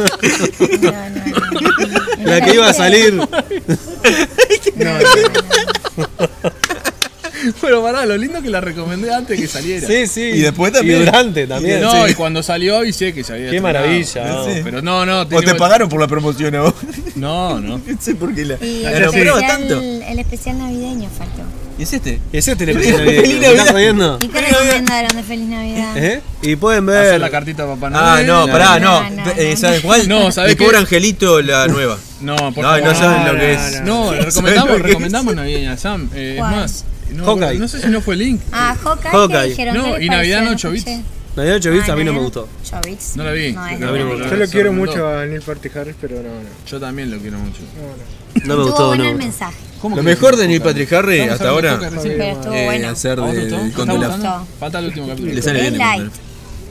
E: No, no, no.
A: La que iba a salir.
E: No, no, no.
B: Pero pará, lo lindo que la recomendé antes que saliera.
A: Sí, sí.
C: Y después también.
A: Y durante también.
B: No,
A: sí.
B: y cuando salió avisé que se había
A: Qué
B: estrenado.
A: maravilla.
C: No
A: ¿no?
C: sé.
B: Pero no, no.
C: ¿O
B: tiene-
C: te pagaron por la promoción a vos?
B: No, no.
C: No sé por qué la,
E: Y
C: la
E: el,
C: nombraba
E: especial,
C: tanto.
E: el especial navideño faltó.
C: ¿Y es este?
A: Ese es el
C: Feliz
A: episodio de-
C: Navidad.
A: ¿me estás jodiendo?
E: ¿Y qué recomendaron de Feliz Navidad?
A: ¿Eh? Y pueden
B: Hacer
A: ver.
B: la cartita a Papá
C: Ah,
B: Noel.
C: no,
B: La-
C: pará,
E: no,
C: no.
E: no, no,
C: Eh,
E: no.
C: ¿Sabes cuál?
B: No, ¿sabes
C: Mi
B: qué?
C: pobre Angelito, la nueva.
B: No, por
C: No, y
B: favor.
C: no saben lo que
D: no,
C: es.
B: No, le
C: ¿Sabes
B: recomendamos,
C: lo que
B: recomendamos Navideña Sam. Eh, es
E: ¿Cuál?
B: más, no,
A: Hawkeye.
B: recuerdo, no sé si no fue Link.
E: Ah, Hawkeye,
A: Hawkeye.
E: ¿qué dijeron?
B: No,
E: ¿Qué les
B: y Navidad
E: pareció?
B: en ocho
E: No
B: bits.
E: escuché.
A: La de 8 bits
E: Ah,
A: a mí no me
E: Navidad
A: gustó.
E: en ocho bits.
B: No la vi.
E: No, es
B: No,
A: a mí no me
E: Navidad.
A: gustó.
D: Yo lo
B: Se
D: quiero
B: mandó.
D: mucho a Neil Patrick Harris, pero no, no.
B: Yo también lo quiero mucho.
D: no, no.
A: No me
E: Estuvo
A: gustó,
E: bueno el
A: no.
E: mensaje,
B: ¿Cómo
C: Lo
B: que-
C: mejor de Neil Patrick Harry
B: Vamos a
C: hasta
B: ver
C: ahora,
B: Hawkeye recién.
E: pero estuvo
C: eh,
E: bueno.
C: hacer
B: ¿A vos te
C: de,
B: gustó?
C: del
B: ¿Está
C: Conde Laf.
E: gustó?
B: gustando? Falta el último capítulo.
C: Le sale bien
E: Es
C: el
E: light.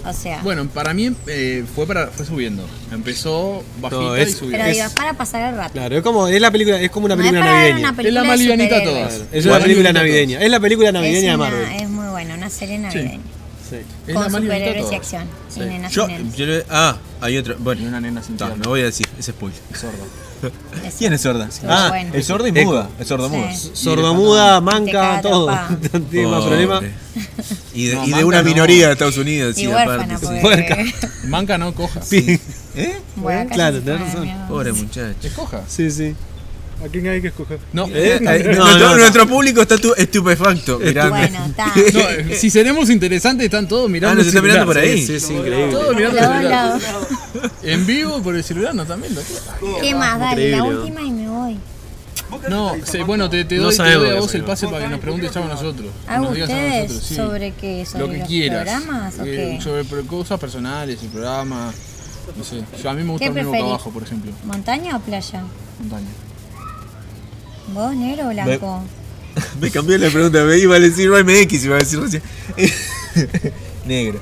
E: O sea,
B: Bueno, para mí eh, fue para fue subiendo. Empezó bajita
A: No, es-
B: y subió.
E: pero
A: es-
E: digo, es para pasar el rato.
A: Claro, es como, es la película, es como una
E: No es
A: película
E: para ver
A: navideña.
E: una
B: Es la
E: película
B: más
E: de
B: livianita de
E: superhéroes.
B: todas.
A: Es
B: La
A: una
B: más
A: película
B: livianita de
A: navideña. Es la película
E: Es,
A: navideña de
E: una-
A: Marvel.
E: es muy buena, una serie navideña.
A: Sí.
B: todas. Es la
E: Con
B: más livianita de
E: superhéroes y
B: todas.
E: acción. Y nenas
C: Yo,
E: y nenes.
C: yo le- ah, hay otra.
B: Y
C: Bueno,
B: una nena sin
C: no,
B: piernas.
C: no voy a decir, es spoiler.
B: Sordo.
E: Es-
C: ¿Quién es sorda?
E: Estuvo
C: Ah,
E: bueno.
C: el sordo y
A: Eco.
C: muda. El sordo
E: Sí.
C: muda.
A: Sordomuda,
E: Te caga
A: manca,
E: la
A: todo.
E: pava.
A: No Tiene más
C: Pobre.
A: problema.
C: Y de,
B: No,
C: y de
B: Manta
C: una
B: no.
C: minoría de Estados Unidos,
E: Y
C: sí,
E: huérfana,
C: aparte. sí.
E: porque...
B: Manca no coja.
A: Sí.
C: ¿Eh?
E: Bueno, acá
A: Claro,
E: sí,
A: tenés
E: madre
A: razón.
E: mía.
C: Pobre muchacho.
B: Es coja.
A: Sí, sí.
D: ¿A quién hay que escoger?
B: No.
C: Eh,
A: No,
C: eh,
A: no,
C: nuestro,
A: no.
C: nuestro público está tu- estupefacto mirando.
E: Bueno, está.
B: No, eh, si seremos interesantes, están todos
C: ah,
B: mirando.
C: nos
B: el
C: está mirando
B: celular.
C: por ahí.
A: Sí, es increíble.
B: Todos mirando el
E: Lado,
B: celular.
E: lado.
B: En vivo por el celular, no también. lo-
E: ¿Qué más? Dale,
A: Increíble,
E: la
A: ¿no?
E: última y me voy.
B: No, se- bueno, te, te
A: No
B: doy, te
A: sabemos
B: doy
A: qué
B: a vos
A: soy
B: el
A: yo.
B: pase para que nos preguntes ya a nosotros.
E: ¿Hago
B: Nos digas a
E: ustedes
B: nosotros, sí.
E: sobre qué? ¿Sobre
B: lo que
E: los
B: quieras.
E: programas o
B: Eh,
E: qué?
B: Sobre pro- cosas personales, el programa. No sé. Yo, a mí me gusta
E: ¿Qué
B: dormir boca
E: preferís?
B: abajo, por ejemplo.
E: ¿Montaña o playa?
B: Montaña.
E: ¿Vos, negro o blanco?
C: Me cambié la pregunta, me iba a decir MX, iba a decir recién. Negro.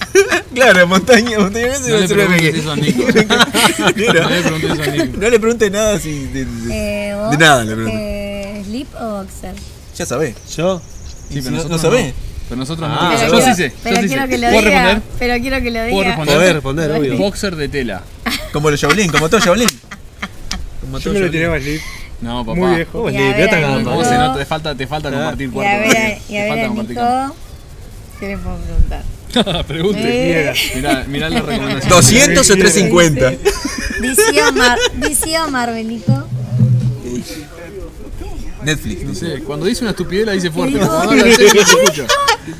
C: claro, montaña, montaña
B: No
C: verde iba a
B: le preguntes
C: decir MX.
B: eso a Nico.
C: Negro.
B: No le preguntes eso a Nico.
C: No le pregunte nada si. de- de-
E: Eh, ¿vos,
C: De nada le pregunto.
E: eh, ¿Slip o boxer?
C: Ya sabés.
A: Yo.
C: Y
B: Sí,
C: si
B: pero
C: no-
B: nosotros
C: no sabés.
B: Pero nosotros
A: Ah,
B: no.
A: pero
B: yo
E: quiero-
B: sí sé.
E: pero
B: yo sí
E: quiero
B: sé.
E: que lo
B: ¿Puedo
E: diga.
B: responder?
E: Pero quiero que lo diga.
B: ¿Puedo responder?
A: Poder, responder, obvio.
B: Boxer de tela.
C: Como los Shaolin, como todo Shaolin. Como
D: Yo
C: todo
D: me lo
C: Shaolin.
D: tiraba a Slip,
B: No, papá.
D: muy viejo.
E: Y a ver
A: Libreta
E: a
A: gamba.
E: Nico.
B: Vos, se nota, te falta, te falta compartir
E: Y
B: cuarto.
E: a ver a, y a
B: Te
E: ver
B: falta
E: a
B: compartir
E: Nico, ¿qué le puedo preguntar?
B: cama. Pregunte.
E: Eh,
B: Mirá, mirá la recomendación.
C: 200 o 350.
E: DC o Mar- DC o Marvelico.
C: Netflix.
B: No sé, cuando dice una estupidez la dice fuerte.
E: Digo-
B: Cuando habla en serio, no se escucha.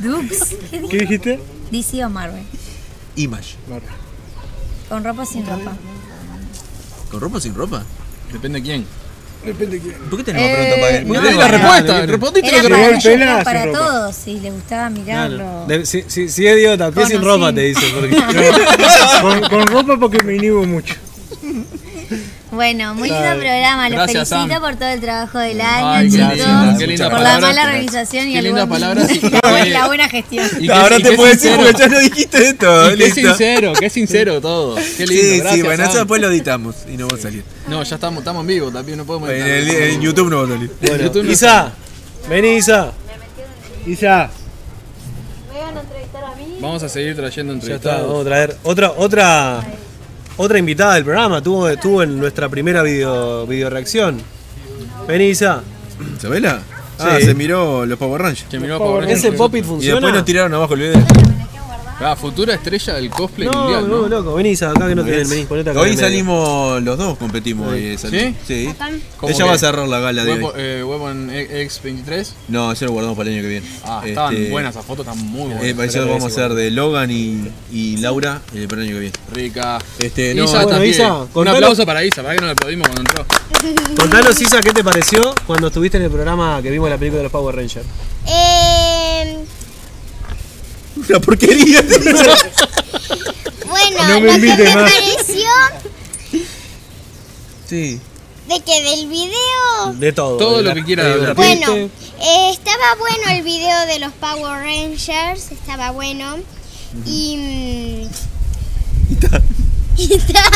E: Dux. ¿Qué
D: ¿Qué
E: dije?
D: dijiste?
E: DC o Marvel.
C: Image.
E: Con ropa o sin ropa.
C: ¿Con ropa o sin ropa?
B: Depende de quién.
C: ¿Por qué tenemos
E: Eh,
C: preguntas para él?
E: no,
B: Le di la
E: bueno.
B: respuesta. Respondiste lo
E: Era
B: que
E: para,
D: ropa,
E: era
D: sin
E: para
D: ropa.
E: todos, si les gustaba mirarlo.
A: Claro. De- Si, si, si es Diego Tapié sin
E: Conocí.
A: ropa, te dice. Porque...
D: Con, con ropa porque me inhibo mucho.
E: Bueno, muy lindo programa. Los
B: Gracias,
E: felicito
B: Sam.
E: por todo el trabajo del año,
B: Ay, qué
E: chicos.
B: linda- qué linda
E: por la
B: palabra.
E: mala organización y
B: Qué
E: el
B: linda
E: buen-
B: palabra, sí.
E: la, buena, la buena gestión.
B: Y que-
C: Ahora
B: y
C: te
B: que
C: puedo
B: es
C: decir porque
B: sincero.
C: ya no dijiste esto.
B: Y que es
C: listo.
B: sincero, que es sincero todo. Qué lindo,
C: sí,
B: gracias.
C: sí, bueno,
B: Sam.
C: eso después lo editamos y no va a salir.
B: No, ya estamos, estamos en vivo, también no podemos
C: En,
B: editar.
C: el- en YouTube no va a salir.
A: Bueno,
B: YouTube no
A: Isa, vení Isa.
D: Isa,
B: Vamos a seguir trayendo
A: Ya está, vamos
B: entrevistados.
A: a traer otra, otra, otra invitada del programa. Tuvo, estuvo en nuestra primera video, video reacción. Vení Isa.
C: ¿Sabela? Ah,
A: Sí.
C: se miró los Power Rangers.
B: Que miró a Power
A: ¿Ese
B: Rangers.
A: pop-it
C: Y después
A: funciona?
C: nos tiraron abajo el video.
B: La Ah, futura estrella del cosplay
A: No,
B: mundial,
A: no,
B: ¿no?
A: loco, venís acá que no te den, venís, ponete acá. en
C: Hoy
A: el medio.
C: salimos, los dos competimos hoy. eh, salimos. Sí.
B: ¿Cómo que?
C: Ella va a cerrar la gala de hoy.
B: Weapon, eh, Weapon X23.
C: No, ya lo guardamos para el año que viene.
B: Ah, estaban
C: Este,
B: buenas esas fotos, están muy buenas.
C: Eh, para eso
A: Espera,
C: vamos a
A: espera,
C: hacer de Logan y, y Laura eh, para el año que viene.
B: Rica.
C: Este,
B: Isa
C: no,
A: bueno,
B: también.
A: Isa,
B: un
A: contalo-
B: aplauso para Isa, para que no la aplaudimos cuando entró.
A: Contanos, Isa, ¿qué te pareció cuando estuviste en el programa que vimos la película de los Power Rangers?
F: Eh,
C: una porquería.
F: bueno,
D: No me
F: lo que
D: invite
F: me
D: más.
F: pareció
C: sí.
F: de que del video...
A: De todo.
B: Todo
A: de
B: lo
A: la-
B: que quiera
A: de la
B: ver.
A: peste.
F: Bueno, eh, estaba bueno el video de los Power Rangers, estaba bueno. Y... mm, y ta-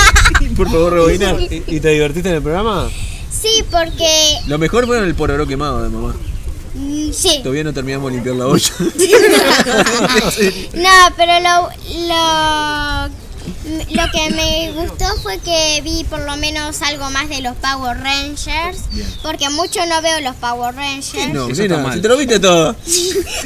A: Por favor, rebobinar. ¿Y, y te divertiste en el programa?
F: sí, porque...
C: Lo mejor fueron el pororó quemado de mamá.
F: mm, Sí.
C: Todavía no terminamos de limpiar la olla.
F: No, pero lo, lo, lo que me gustó fue que vi por lo menos algo más de los Power Rangers. Porque mucho no veo los Power Rangers.
C: no,
B: Eso está
C: mira,
B: mal.
C: si te lo viste todo.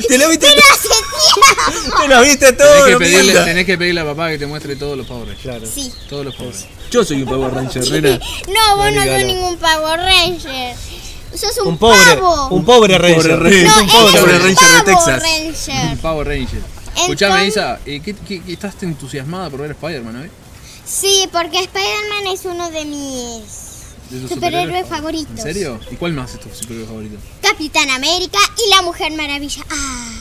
C: Te lo viste
F: Pero
C: todo.
F: hace tiempo.
C: Te lo viste
B: Tenés
C: todo.
B: que,
C: no
B: pedirle,
C: mientas.
B: tenés que pedirle a papá que te muestre todos los pobres.
A: Claro.
F: Sí.
B: Todos los pobres.
C: Yo soy un Power Ranger, nena.
F: No, vos no
A: Galo.
F: sos ningún Power Ranger. Sos un,
A: Un pobre.
F: pavo.
A: Un pobre Ranger.
C: Ranger.
F: no,
C: un pobre
F: eres
C: Power
F: un
C: Ranger de
F: Power
C: Texas.
F: Ranger.
B: Power Ranger. Escuchame, Isa, ¿eh, ¿qué, qué- qué- estás entusiasmada por ver Spider-Man hoy?
F: Sí, porque Spider-Man es uno de mis
B: De tus
F: superhéroes
B: superhéroes.
F: favoritos.
B: ¿En serio? ¿Y cuál más es tu superhéroe favorito?
F: Capitán América y la Mujer Maravilla. Ah.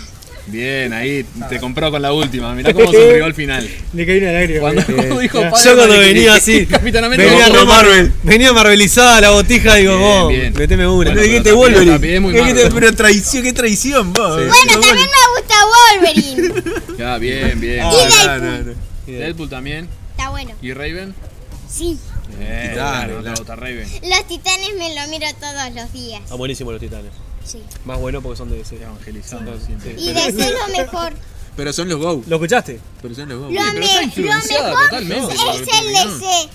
B: Bien, ahí
A: Ah.
B: te compró con la última. Mirá cómo sonrió al final.
D: Le caí una lágrima.
B: Cuando
D: mirá.
B: dijo Spider-Man,
D: Mirá.
A: Eh, Yo cuando
B: le-
A: venía así,
B: Capitán América.
A: venía,
B: dijo,
A: no Marvel. venía marvelizada la botija, digo,
B: Bien,
A: vos,
B: bien.
A: meteme una.
B: Bueno,
C: Le dijiste
B: pero también-
C: Wolverine.
B: también es muy
C: Le dijiste,
B: Marvel.
C: pero traición, qué traición, vos.
F: Bueno, también me gusta Wolverine.
B: Ya, bien, bien.
C: Ah,
F: Y
C: no, no, no.
B: Deadpool también.
F: Está bueno.
B: ¿Y Raven?
F: Sí.
B: Bien,
C: claro,
B: bueno,
C: claro.
B: te gusta Raven.
F: Los titanes me lo miro todos los días.
A: Ah, buenísimo los titanes.
F: Sí.
A: Más bueno porque son de ese.
B: Evangelizando siempre.
F: Y de ser lo mejor.
C: Pero son los Go.
A: ¿Lo escuchaste?
C: Pero son los Go.
F: Lo,
B: pero está
F: me- lo
B: influenciada
F: mejor
B: totalmente por
F: es
B: lo que
F: el
B: opinión.
F: DC.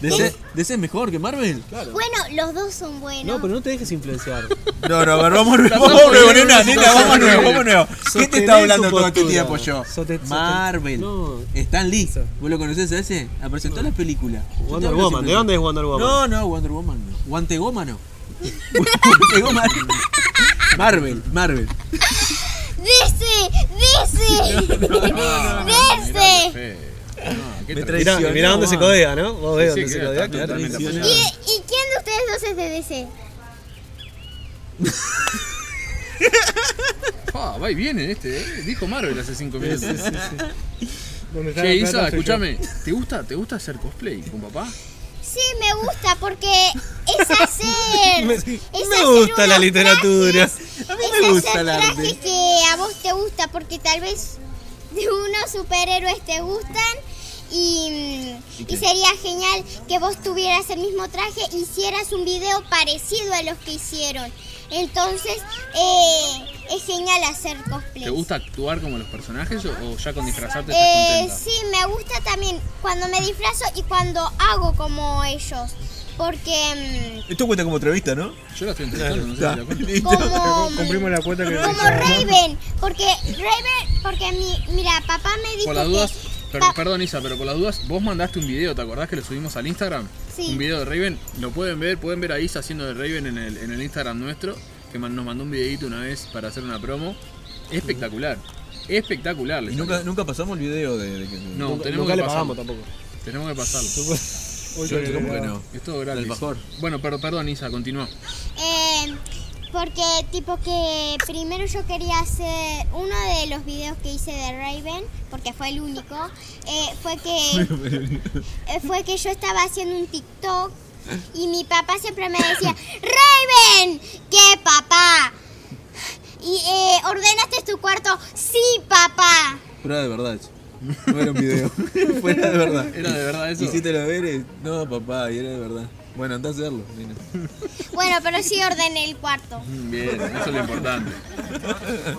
C: ¿DC, DC es mejor que Marvel? Claro.
F: Bueno, los dos son buenos.
A: No, pero no te dejes influenciar.
C: No, no, a ver, vamos nuevo,
B: Las
C: vamos
B: dos
C: nuevo,
B: pudieron-
C: nena, nena,
B: las dos
C: vamos nuevo,
B: pudieron.
C: vamos nuevo. ¿Qué te
A: Sostener
C: está hablando
A: tu
C: todo este
A: postura.
C: tiempo yo?
A: Sote- sote-
C: Marvel.
A: No.
C: Stan Lee. ¿Vos lo conocés a ese? Apareció en todas las películas. Yo te
A: Wonder
C: hablo
A: Woman,
C: siempre.
A: ¿de dónde es Wonder Woman?
C: No, no, Wonder Woman no. Guantegómano. Guantegómano. Marvel, Marvel.
F: DC, DC. DC.
B: Fe. No, Ah, qué
C: Me
B: tra-
C: tra-
A: Mirá,
C: traicionó,
A: mirá dónde se
C: Juan.
A: codea, ¿no? Vos ves
B: Sí,
A: dónde
B: sí,
A: se
B: claro,
A: codea,
B: está
A: claro.
B: totalmente
C: traicionó.
F: ¿Y, y quién de ustedes dos es de DC?
B: Ah, va y viene este, eh. dijo Marvel hace 5 minutos.
D: Donde está la
B: Che,
D: plata
B: Isa,
D: soy yo.
B: escúchame, ¿te gusta, ¿te gusta hacer cosplay con papá?
F: Sí, me gusta porque es hacer.
A: Me,
F: es
A: me
F: hacer
A: gusta la
F: unos
A: literatura.
C: A mí
F: Es
C: me gusta
F: hacer
C: el
F: trajes
C: arte.
F: que a vos te gusta porque tal vez de unos superhéroes te gustan y, mm, y sería genial que vos tuvieras el mismo traje hicieras un video parecido a los que hicieron. Entonces eh, es genial hacer cosplay.
B: ¿Te gusta actuar como los personajes o, o ya con disfrazarte
F: Eh,
B: estás contenta?
F: sí, me gusta también cuando me disfrazo y cuando hago como ellos. Porque
C: Esto cuenta como entrevista, ¿no?
B: Yo la estoy entrevistando, no sé si
C: Está,
B: la cuento.
F: mm,
C: listo.
F: como...
D: Cumplimos la cuota que
F: Como Raven, porque Raven, porque mi, mira, papá me dijo
B: Por las
F: que-
B: dudas, per-
F: pa-
B: perdón Isa, pero por las dudas, vos mandaste un video, ¿te acordás que lo subimos al Instagram?
F: Sí.
B: Un video de Raven, lo pueden ver, pueden ver a Isa haciendo de Raven en el, en el Instagram nuestro, que man- nos mandó un videito una vez para hacer una promo. Espectacular, espectacular. le
C: Y nunca,
B: salió.
C: nunca pasamos el video de, de que.
B: no,
A: Nunca-
B: tenemos
A: nunca
B: que
A: le
B: pasarlo.
A: pagamos tampoco.
B: Tenemos que pasarlo.
D: Hoy
C: Yo
D: te
C: ¿cómo
D: lo
C: que
D: leo.
C: no.
B: Es todo gratis.
C: Del Bajor.
B: Bueno, pero, perdón Isa, continúa.
F: eh, porque tipo que primero yo quería hacer uno de los videos que hice de Raven, porque fue el único, eh, fue que eh, fue que yo estaba haciendo un TikTok y mi papá siempre me decía, Raven, ¿qué papá? Y eh, ordenaste tu cuarto, sí papá.
C: Fuera de verdad. eso. No era un video. Fuera de verdad.
B: Era de verdad eso.
C: Hiciste los deberes. No, papá, y era de verdad. Bueno, andá a hacerlo. nena.
F: Bueno, pero sí ordené el cuarto.
B: Mm, Bien, eso es lo importante.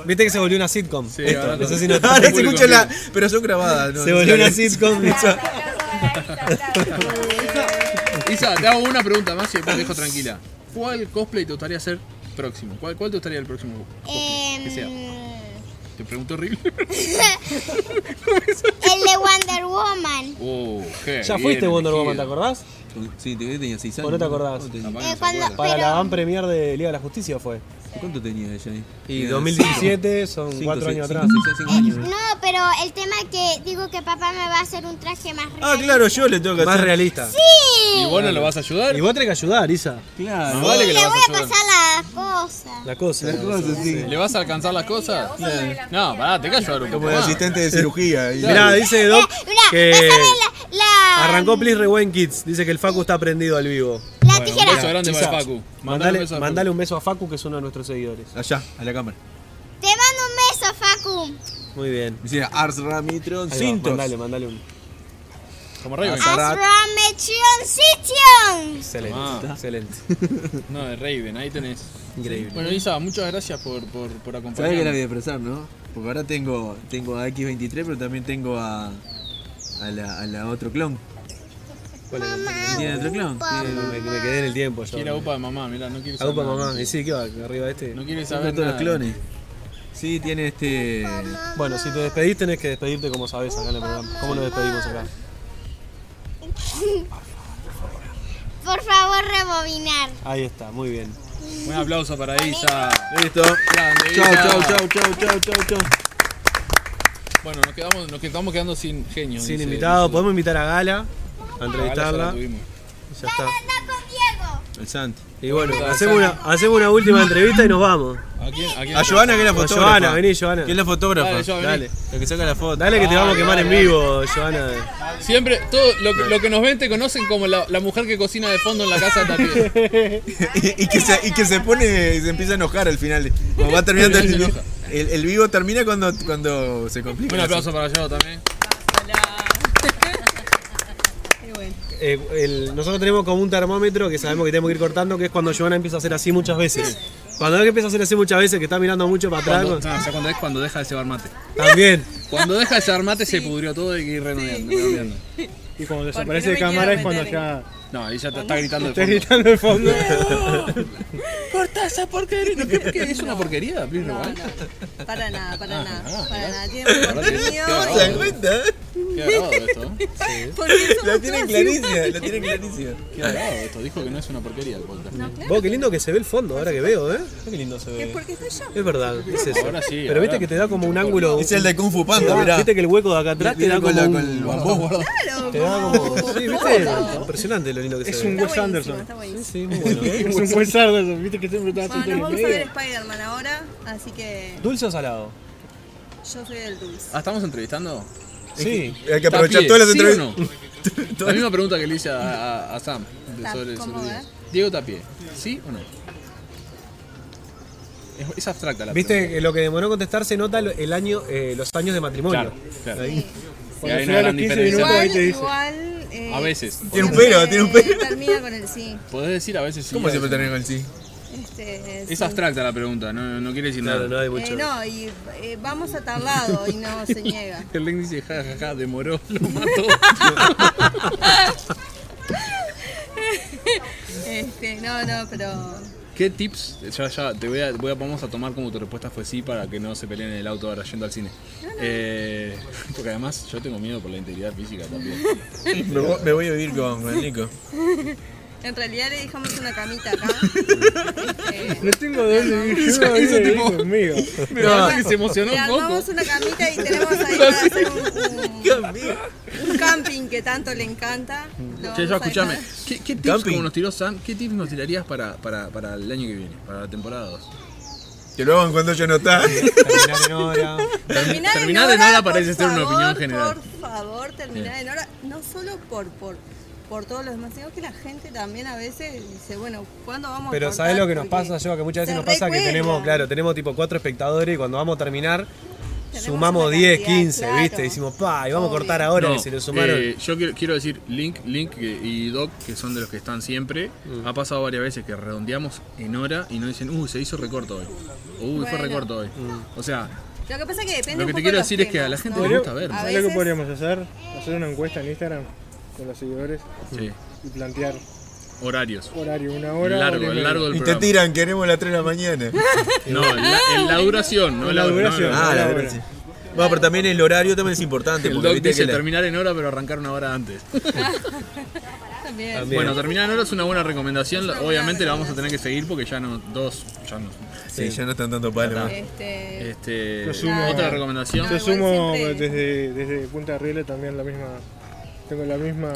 A: Viste que se volvió una sitcom.
B: Sí,
A: Esto,
B: ahora
A: no sé
B: no.
A: si no
C: Ahora se
B: público
C: escucha la. Pero son grabadas, ¿no?
A: Se volvió
C: No
A: una
C: sé.
A: sitcom.
B: Isa, te hago una pregunta más y después te dejo tranquila. ¿Cuál cosplay te gustaría hacer próximo? ¿Cuál, cuál te gustaría el próximo? cosplay que sea?
F: Em,
B: Te pregunto horrible.
F: El de Wonder Woman.
B: Oh, qué
A: Ya
B: bien
A: fuiste Wonder
B: elegido.
A: Woman, ¿te acordás?
C: Sí, te- tenía 6 años.
A: ¿O no te acordás?
C: ¿Cuánto tenía?
B: Capaz
F: Eh,
B: que no se
F: cuando-
B: acuerda.
A: Para
F: Pero-
A: la van premier de Liga de la Justicia fue.
C: ¿Cuánto tenía ella ahí?
A: Y
C: Tenía
A: 2017 son
C: cinco,
A: cuatro
C: seis,
A: años
C: cinco,
A: atrás.
C: seis, cinco
F: Eh,
C: años.
F: no, pero el tema que digo que papá me va a hacer un traje más
C: Ah,
F: real.
C: claro, yo le tengo que
A: Más
C: hacer.
A: realista.
B: ¿Y vos no lo vas a ayudar?
A: Y vos tenés que ayudar, Isa.
C: Claro.
B: Más vale que
F: Y
B: le
F: le
B: vas
F: voy
B: a
F: a
B: ayudar.
F: pasar las cosas.
A: La cosa.
C: Las cosas, sí.
B: ¿Le vas a alcanzar las cosas? No, pará, te que ayudar un poco
C: Como de
B: más.
C: asistente de cirugía. ahí.
A: Mirá, dice Doc
F: Eh, mirá,
A: que
F: esa es la, la,
A: arrancó Please Rewind Kids. Dice que el Facu está prendido al vivo.
F: la
B: Bueno, un
F: tijera.
A: ¿eh?
B: beso grande para el Facu.
A: Mandale,
B: un beso a Facu.
A: mandale un beso a Facu, que es uno de nuestros seguidores.
C: Allá, a la cámara.
F: Te mando un beso, Facu.
A: Muy bien.
C: Dice Ars Ramitron
A: Ahí va,
C: Cintos.
A: mandale, mandale un.
B: Como Raven.
C: Sarat.
F: Asramechion Sition.
A: Excelente,
B: Ah.
A: excelente.
B: No, de Raven, ahí tenés.
A: Ah. Increíble.
B: Bueno, Isa, muchas gracias por, por, por
C: Sabés que la voy a
B: acompañarnos.
C: expresar, ¿no? Porque ahora tengo, tengo a X23, pero también tengo a, a, la, a la otro clon.
A: ¿Cuál era?
C: ¿Tiene otro clon?
A: Sí, me, me quedé en el tiempo yo.
B: Quiere a UPA de mamá, mirá, no quiere
A: A
B: saber.
A: Upa,
B: nada.
A: mamá. Y sí, ¿qué va? Arriba de este.
B: No quiere
C: Tiene
B: saber.
C: todos los
B: nada.
C: clones. Sí, tiene este.
A: Bueno, si te despedís, tenés que despedirte como sabés acá en el programa. ¿Cómo nos despedimos acá?
F: Por favor, rebobinar.
A: Ahí está, muy bien.
B: Un aplauso para Isa.
C: Listo.
B: Grande,
C: Chau,
B: Isa.
C: chau, chau, chau, chau, chau, chau.
B: Bueno, nos quedamos, nos estamos quedando sin genio.
A: Sin
B: dice-
A: invitado,
B: dice-
A: podemos invitar a Gala a
B: Ah, ya la
A: entrevistarla.
B: tuvimos.
A: Ya está.
F: Anda con Diego.
C: El Sant.
A: Y bueno, hacemos una, hacemos una última entrevista y nos vamos.
B: ¿A quién? ¿A quién?
A: Ah,
C: A Joana, que es la
A: Bueno,
C: fotógrafa.
A: Joana, vení, Joana.
C: Que es la fotógrafa.
B: Dale, Joana, vení.
A: Dale,
C: La que saca la foto.
A: dale que te vamos a quemar en vivo, Joana.
B: Ah, Siempre, todo lo, que- lo que nos ven te conocen como la, la mujer que cocina de fondo en la casa también.
C: y, y que se, y que se pone, y se empieza a enojar al final. Como va terminando
B: Se
C: el,
B: enoja.
C: el, el vivo termina cuando, cuando se complica.
B: Un aplauso para yo también.
A: Eh, el- nosotros tenemos como un termómetro que sabemos que tenemos que ir cortando, que es cuando Joana empieza a hacer así muchas veces. Cuando ve que empieza a hacer así muchas veces, que está mirando mucho para atrás,
B: Cuando, no, o sea, cuando es cuando deja de cebar mate.
A: también.
B: Cuando deja de cebar mate se pudrió todo y hay que ir renoviando. renoviando.
D: Y cuando desaparece
G: no
D: de
G: me
D: cámara es
G: quiero
D: cuando
G: meter
D: ya
B: No, ahí ya te está gritando de
D: está
B: fondo.
D: gritando el fondo.
B: Corta esa porquería. ¿No crees que es una porquería? Please, ¿eh? rewind.
G: Para nada, para nada. Para nada. Tiene
B: Ahora
G: un
B: te-
G: contenido.
B: te-
C: ¿Se dan cuenta?
B: Qué agrado esto. ¿eh?
G: Porque somos
C: La tienen
G: todas
C: clarísima, la tienen clarísima.
B: Qué agrado esto. Dijo que no es una porquería el podcast.
A: Vos, qué lindo que se ve el fondo ahora que veo, ¿eh? Qué lindo se
G: iguales,
A: ve.
G: Porque estoy yo.
A: Es verdad, es eso.
B: Ahora sí,
A: Pero viste
B: ahora
A: que te da como un ángulo.
C: Es el de Kung Fu
A: te
C: Panda,
A: da-
C: mirá.
A: Viste que el hueco de acá atrás te da como.
C: Viene con, la,
A: un-
C: con el bambú.
G: Claro,
A: Te da como. Sí, viste. Impresionante lo lindo que
D: Es
A: se
D: un
A: ve.
D: Wes Anderson.
G: está buenísimo.
A: Sí, muy bueno.
D: Es un Wes Anderson, viste que siempre está
G: Bueno,
D: así
G: nos vamos a
D: medio.
G: ver Spider-Man ahora, así que
A: ¿Dulce o salado?
G: yo soy del dulce.
B: Ah, ¿estamos entrevistando?
A: Sí.
C: Hay que aprovechar
B: Tapié,
C: todas las
B: ¿sí o
C: entrevistas.
B: no? La misma pregunta que le hice a, a- a Sam. de
G: Tap,
B: sobre-
G: ¿cómo
B: sobre
G: va?
B: Diego. Diego Tapie, ¿sí o no? Es, es abstracta la
A: Viste
B: pregunta.
A: que lo que demoró contestar se nota lo- el año, eh, los años de matrimonio.
B: Claro, claro.
A: Ahí.
B: Y
D: Cuando
B: hay
D: fui
B: una
D: a los
B: gran
D: 15
B: diferencia.
D: minutos ahí
G: Igual,
D: te dice.
G: igual. eh,
B: A veces.
C: Tiene un pelo, tiene un pelo.
G: Termina con el sí.
B: Podés decir a veces sí.
C: ¿Cómo
B: a
C: siempre
B: veces
C: termina con el sí?
G: Este,
B: no. Es
G: sí.
B: abstracta la pregunta, no, no quiere decir
A: Claro, no
B: nada.
A: hay
G: Eh,
A: mucho.
G: no, y eh, vamos a tal lado y no se niega.
B: El link dice, ja, ja, ja, demoró, lo mató.
G: Este, no, no, pero.
B: ¿Qué tips? Ya, ya, te voy a, voy a- vamos a tomar como tu respuesta fue sí para que no se peleen en el auto ahora yendo al cine. Eh, porque además yo tengo miedo por la integridad física también.
C: Me, vo- me voy a vivir con, con el Nico.
G: En realidad le dejamos una camita acá.
D: No tengo dónde vivir yo,
B: hizo
D: vive ahí
B: tipo-
D: conmigo.
B: Me parece que se emocionó
G: Le
B: un poco.
G: armamos una camita y tenemos ahí para hacer un, un- un camping que tanto le encanta. Lo
B: Che,
G: vamos
B: yo
G: a
B: escuchame,
G: dejar.
B: ¿qué, qué tips
C: Camping.
B: como nos tiró Sam, qué tips nos tirarías para, para, para el año que viene, para la temporada 2?
C: Que lo hagan cuando yo no está.
A: Terminar en hora.
G: Terminar,
B: Terminar en hora parece ser una
G: favor,
B: opinión general.
G: Por favor, terminar en hora, no solo por, por, por todos los demás, sino que la gente también a veces dice, bueno, ¿cuándo vamos a
A: Pero
G: cortar?
A: ¿sabes lo que nos
G: Porque
A: pasa, yo Que muchas veces
G: se
A: nos pasa que
G: recuelga.
A: tenemos, claro, tenemos tipo cuatro espectadores y cuando vamos a terminar
G: Tenemos
A: sumamos
G: una
A: 10,
G: cantidad,
A: 15,
G: claro.
A: ¿viste? Decimos, pa, y vamos a cortar ahora
B: No,
A: y se lo sumaron.
B: eh, yo quiero, quiero decir, Link, Link que- y Doc, que son de los que están siempre, ha pasado varias veces que redondeamos en hora y nos dicen, uy, se hizo recorto hoy. Uy, fue
G: Bueno.
B: recorto hoy. O sea,
G: Lo que pasa es que depende
B: Lo que
G: un
B: te
G: poco
B: quiero
G: de los
B: decir es que a la
G: temas,
B: gente
G: ¿no?
B: le gusta ver.
G: A
D: ¿Sabes lo que
G: veces-
D: podríamos hacer? Hacer una encuesta en Instagram con los seguidores
B: sí.
D: y plantear
B: horarios.
D: horario, una hora.
B: largo,
D: hora y
B: el
D: media.
B: largo del
H: Y te
B: programa.
H: tiran, queremos las 3 de la mañana.
B: No, en la, en la duración, no
D: En
B: la
D: la
B: hora, no,
D: duración.
B: no.
C: Ah, la
D: Ahora.
C: verdad, sí. Bueno, pero también el horario también es importante.
B: El
C: porque
B: doc
C: viste
B: dice
C: que la-
B: terminar en hora, pero arrancar una hora antes.
G: También.
A: También.
B: Bueno, terminar en hora es una buena recomendación. Obviamente la vamos a tener que seguir porque ya no. Dos. Ya no.
H: Sí, ya no están dando palo.
B: Ah.
H: más.
G: Este,
B: Este,
D: Yo sumo-
B: otra recomendación.
D: Yo
G: igual
D: sumo
G: siempre-
D: desde, desde Punta de Riela también la misma. Tengo la misma.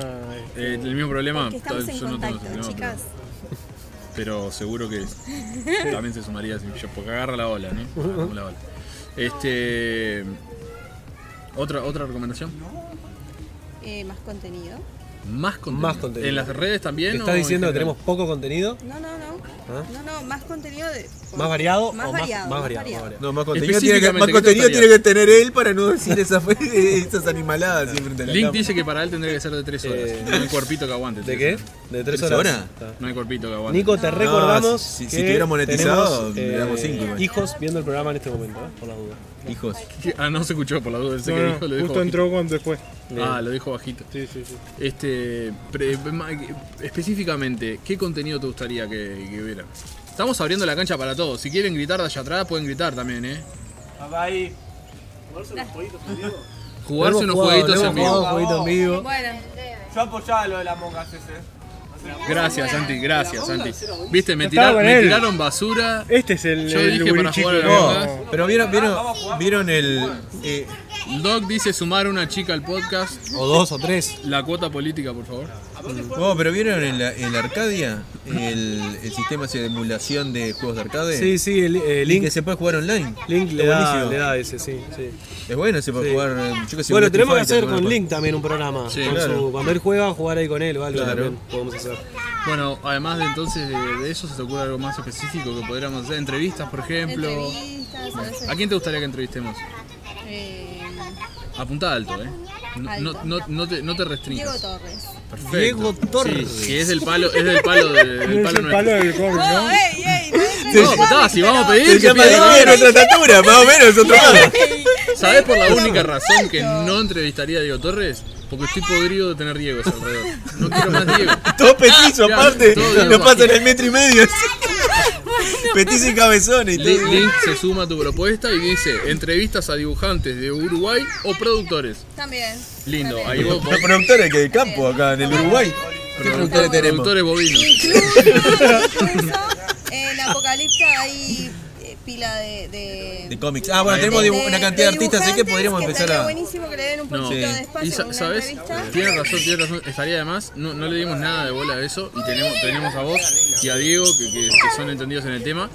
B: Eh, el mismo problema.
G: que estamos en
B: yo no tengo ese
G: contacto,
B: problema, pero-
G: chicas.
B: pero seguro que también se sumaría sin yo, porque agarra la ola, ¿no? Agarra como la ola. Este otra otra recomendación,
G: Eh, más contenido.
B: más contenido.
A: Más contenido.
B: En las redes también. o
A: ¿Estás
B: en
A: diciendo que tenemos
B: general?
A: poco contenido?
G: No, no, no.
A: ¿Ah?
G: No, no, más contenido de.
A: ¿Más variado?
G: Más
A: o
G: variado.
A: Más, variado, más variado.
H: No, más contenido, tiene que, más
B: Específicamente, ¿qué te
H: contenido
B: gustaría?
H: tiene que tener él para no decir esas, esas animaladas siempre frente a la
B: Link
H: cámara.
B: dice que para él tendría que ser de 3 horas.
A: Eh,
B: No hay cuerpito que aguante.
A: ¿De qué?
B: tres
A: ¿De tres
C: ¿Tres
A: horas?
C: horas?
A: Está.
B: No hay cuerpito que aguante.
A: Nico, te
H: No,
A: recordamos
H: si- si
A: que
H: tuviera monetizado,
A: tenemos, eh,
H: le damos cinco igual.
A: hijos viendo el programa en este momento, ¿eh? por las dudas.
C: Hijos.
B: Ah, no se escuchó por la duda. Sé
D: No,
B: que
D: no,
B: dijo, lo dijo
D: justo
B: bajito.
D: entró cuando después.
B: Ah, lo dijo bajito.
D: Sí, sí, sí.
B: Este, pre- ma- específicamente, ¿qué contenido te gustaría que, que hubiera? Estamos abriendo la cancha para todos. Si quieren gritar de allá atrás, pueden gritar también, ¿eh?
D: Ah,
B: Jugarse unos jueguitos en vivo.
A: en vivo.
G: Bueno,
I: Yo apoyaba lo de la monga ese.
B: Gracias, Santi, gracias, Santi. Viste, me,
D: Estaba
B: tira-
D: con
B: me
D: él.
B: tiraron basura.
D: Este es el.
B: Yo
D: el
B: dije para
D: burichico.
B: jugar a la
D: No.
B: verdad.
H: No, pero vieron, vieron, vieron el. eh,
B: Doc dice sumar una chica al podcast.
A: O dos o tres.
B: La cuota política, por favor.
C: Oh, pero vieron en la, en la Arcadia el, el sistema ese de emulación de juegos de arcade.
A: Sí, sí, el, eh,
C: Link.
A: Link,
C: Que se puede jugar online.
A: Link le,
C: Está
A: da,
C: buenísimo.
A: le da ese, sí. sí.
C: Es bueno, se puede
A: Sí.
C: jugar. eh, Yo qué sé,
A: Bueno,
C: un
A: tenemos que
C: Street
A: hacer
C: Fighter,
A: con
C: bueno,
A: Link también un programa.
B: Sí,
A: Con
B: claro.
A: su- cuando él juega, jugar ahí con él o algo
C: Claro.
A: también podemos hacer.
B: Bueno, además de entonces de, de eso, ¿se te ocurre algo más específico que podríamos hacer? Entrevistas, por ejemplo.
G: entrevistas, a veces.
B: ¿A quién te gustaría que entrevistemos?
G: eh,
B: Apunta alto, ¿eh? No, no, no, no te, no te
G: Diego
B: restringas.
G: Torres.
B: Perfecto.
A: Diego Torres.
B: Sí, que es del palo, es del palo de- del
D: Es
B: palo
D: el palo
B: nuestro.
D: del cobre,
G: No,
D: ¿no?
G: Oh, ey, ey, no,
B: No, pero está, si vamos a pedir,
H: Se
B: que
H: llama
B: pidan.
H: de otra estatura, más o menos, otro lado.
B: ¿Sabés por la única razón que no entrevistaría a Diego Torres? Porque estoy podrido de tener Diegos alrededor. No quiero más Diego.
H: Todo petizo,
B: Claro,
H: aparte.
B: todo bien,
H: Lo pasan
B: Joaquín.
H: el metro y medio. Petizo y cabezones y
B: Li-
H: todo.
B: Link se suma a tu propuesta y dice entrevistas a dibujantes de Uruguay o productores.
G: También.
B: Lindo, ahí vos,
H: Los productores que de campo acá en el Uruguay. ¿Qué productores tenemos?
B: productores bovinos.
G: Incluso, incluso en Apocalipsis hay eh, pila de. de
C: De cómics. Ah, bueno, tenemos
G: de-
C: dibu- una cantidad de artistas, así que
G: dibujantes
C: podríamos empezar
G: estaría
C: a.
G: buenísimo que le den un
B: No,
G: poquito de espacio.
B: y sa-
G: en una
B: sabes,
G: entrevista.
B: tienes razón, tienes razón, estaría de más, no, no le dimos nada de bola a eso y tenemos, tenemos a vos y a Diego que, que- que son entendidos en el tema.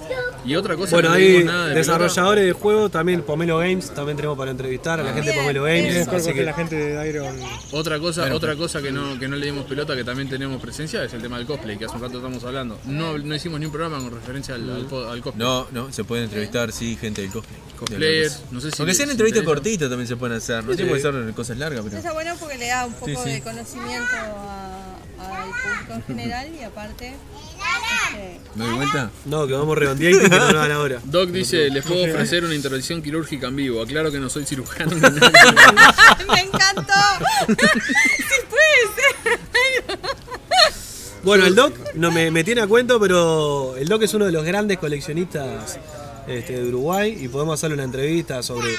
B: Y otra cosa,
A: Bueno,
B: no le
A: hay
B: dimos nada de pelota.
A: desarrolladores de juego, también Pomelo Games, también tenemos para entrevistar a la gente de
G: Bien,
A: Pomelo
G: bien.
A: Games.
D: Tenemos
A: Así
D: que
A: que
D: la gente de Iron.
B: Otra cosa, otra cosa que no, que no le dimos pelota, que también tenemos presencia, es el tema del cosplay, que hace un rato estamos hablando. No, no hicimos ni un programa con referencia al, al po- al cosplay.
C: No, no, se pueden entrevistar, sí, gente del cosplay.
B: Cosplayers, no sé si
C: Aunque
B: les
C: sean entrevistas
B: interesa.
C: cortitas también se pueden hacer. No se puede hacer cosas largas,
G: Eso
C: pero.
G: está bueno porque le da un poco
C: Sí, sí.
G: de conocimiento a- al público en general y aparte. este,
C: ¿Me doy vuelta?
A: no, que vamos redondeando y que no lo hagan ahora.
B: Doc dice, les puedo ofrecer una intervención quirúrgica en vivo. Aclaro que no soy cirujano. ni nada.
G: ¡Me encantó! ¡Sí puede ser!
A: Bueno, el Doc no me, me tiene a cuento, pero el Doc es uno de los grandes coleccionistas este, de Uruguay y podemos hacerle una entrevista sobre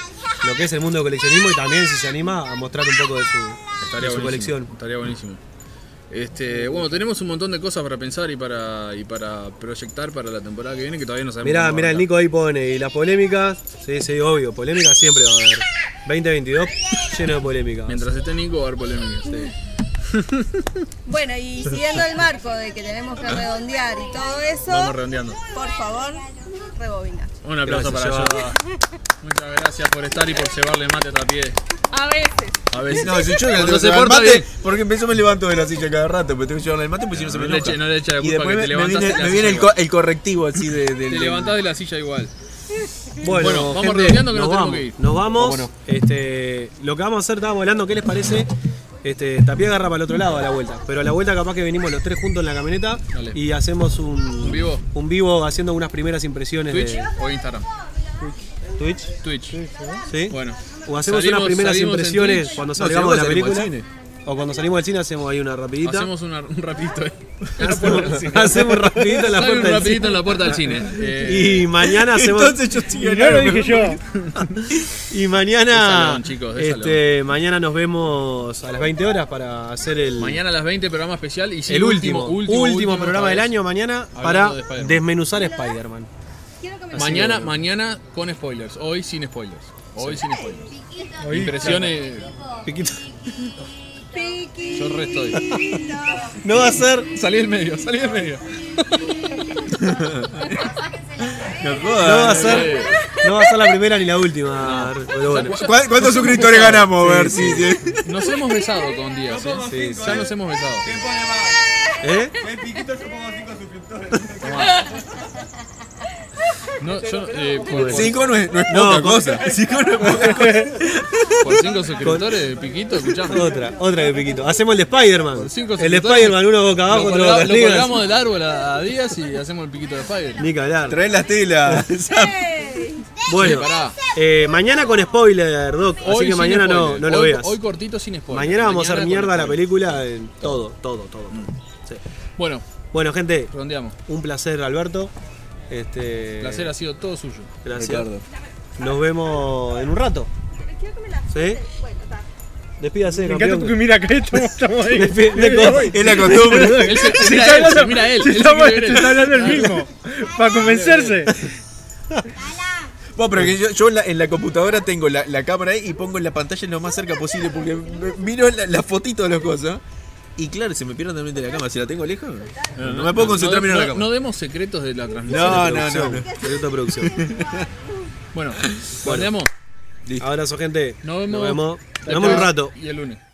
A: lo que es el mundo del coleccionismo y también si se anima a mostrar un poco de su, de
B: Estaría
A: su
B: buenísimo,
A: colección.
B: Estaría buenísimo. Este, bueno, tenemos un montón de cosas para pensar y para, y para proyectar para la temporada que viene que todavía no sabemos.
A: Mirá,
B: cómo va
A: mirá,
B: a
A: el
B: andar.
A: Nico ahí pone, y las polémicas, sí, sí, obvio, polémicas siempre va a haber. 2022 lleno de polémicas.
B: Mientras esté Nico, va a haber polémica.
G: Bueno, y siguiendo el marco de que tenemos que redondear y todo eso,
B: Vamos redondeando.
G: por favor, rebobina.
B: Un aplauso
A: Gracias,
B: para Yoba. Muchas gracias por estar y por llevarle mate a pie.
G: A veces.
B: A veces.
H: No, si yo le
B: Cuando
H: tengo que
B: se
H: llevar
B: porta
H: mate,
B: bien.
H: porque empezó me levanto de la silla cada rato, porque tengo que llevarle el mate, porque si no se
B: No
H: me
B: le
H: enoja.
B: eche- no le eche la
H: Y
B: culpa
H: después
B: que
H: me, me
B: te levantaste
H: viene,
B: y la
H: me viene el,
B: silla
H: co- el correctivo así de, del-
B: Te levantás de la silla igual.
A: Bueno,
B: Bueno, vamos
A: gente,
B: redondeando que
A: nos
B: nos tenemos
A: vamos.
B: que ir.
A: Nos vamos. Este, lo que vamos a hacer, estábamos hablando, ¿qué les parece? Este, Tapia agarra para el otro lado a la vuelta. Pero a la vuelta capaz que venimos los tres juntos en la camioneta
B: Dale.
A: y hacemos un,
B: ¿Un vivo?
A: un vivo haciendo unas primeras impresiones
B: Twitch
A: de
B: o Instagram.
A: Twitch.
B: Twitch.
A: ¿sí?
B: Bueno.
A: o hacemos
B: Salimos-
A: unas primeras
B: salimos en
A: impresiones
B: Twitch.
A: cuando
C: No,
A: salgamos de la
C: salimos
A: película.
C: al cine.
A: O cuando salimos del cine hacemos ahí una rapidita.
B: Hacemos una- un rapidito. eh.
A: Hacemos rapidito la
B: Sale
A: puerta
B: un
A: del cine.
B: rapidito en la puerta del cine. Eh,
A: Y mañana hacemos.
H: Entonces yo estoy
D: Y no lo dije yo.
A: Y mañana.
B: Déjalo, chicos, déjalo.
A: este, mañana nos vemos a las 20 horas para hacer el.
B: mañana a las 20, programa especial. Y sí,
A: el último, último, programa
B: esta
A: del
B: vez.
A: año mañana
B: Hablando
A: para
B: de Spider-Man.
A: desmenuzar Spider-Man.
G: Quiero que me
B: Mañana, mañana con spoilers. Hoy sin spoilers. Hoy sin spoilers.
D: Hoy-
B: Impresiones.
A: Piquito.
G: Piqui.
B: Yo re estoy.
A: No va a ser.
B: Salí del medio, salí del medio.
A: No va a ser. No va a ser la primera ni la última. Pero bueno.
B: pues.
C: ¿Cuá- ¿Cuántos suscriptores ganamos? A ver si. si-
B: Nos hemos besado con Díaz, ¿eh? ya nos hemos besado.
A: ¿Eh?
I: El piquito yo pongo 5 suscriptores.
B: No, yo, eh, por,
C: Cinco no es, no es
A: No,
C: poca
A: por-
C: cosa. Cinco no es poca cosa.
B: por cinco suscriptores, Piquito, escuchame.
A: Otra, otra que piquito. Hacemos el de Spider-man.
B: Por cinco
A: El de
B: suscriptores,
A: Spider-Man, uno boca abajo,
B: Lo,
A: otro
B: colga-
A: boca
B: lo
A: arriba.
B: colgamos del árbol a, a Díaz y hacemos el Piquito de Spider.
A: Ni que hablar.
C: Trae las telas.
A: Bueno,
B: pará.
A: eh, mañana con spoiler, Doc.
B: Hoy
A: Así que
B: sin
A: mañana no,
B: spoiler.
A: no lo
B: Hoy-
A: veas.
B: Hoy cortito sin spoiler.
A: mañana vamos a hacer
B: con
A: mierda la
B: spoiler. Mm.
A: película en todo, todo, todo. todo. Sí.
B: Bueno,
A: Bueno, gente,
B: redondeamos.
A: un placer, Alberto. Este,
B: El placer ha sido todo suyo.
A: Gracias. Nos vemos en un rato. ¿Sí? Despídase,
D: Me encanta
A: campeón.
D: porque mira que estamos, estamos ahí.
A: Despi- de-
C: Es la costumbre.
B: Él se,
D: Se
B: mira
D: está
B: él,
D: hablando-
B: se mira él.
D: se
B: él se
D: está,
B: quiere ver
D: se
B: él.
D: está hablando el mismo. Para convencerse.
C: Bueno, pero que yo, yo en, la, en la computadora tengo la, la cámara ahí y pongo la pantalla lo más cerca posible porque me- miro la, la fotito de las cosas. Y claro, se me pierde también de la cámara. Si la tengo lejos, no, me puedo
B: no,
C: concentrar
B: no-
C: mirando la
B: no
C: cámara.
B: demos secretos de la transmisión.
C: No, no, no. no.
A: Secreto de producción.
B: Bueno, guardemos.
A: Abrazo, gente.
B: Nos vemos.
A: Nos vemos. Nos vemos en un rato.
B: Y el lunes.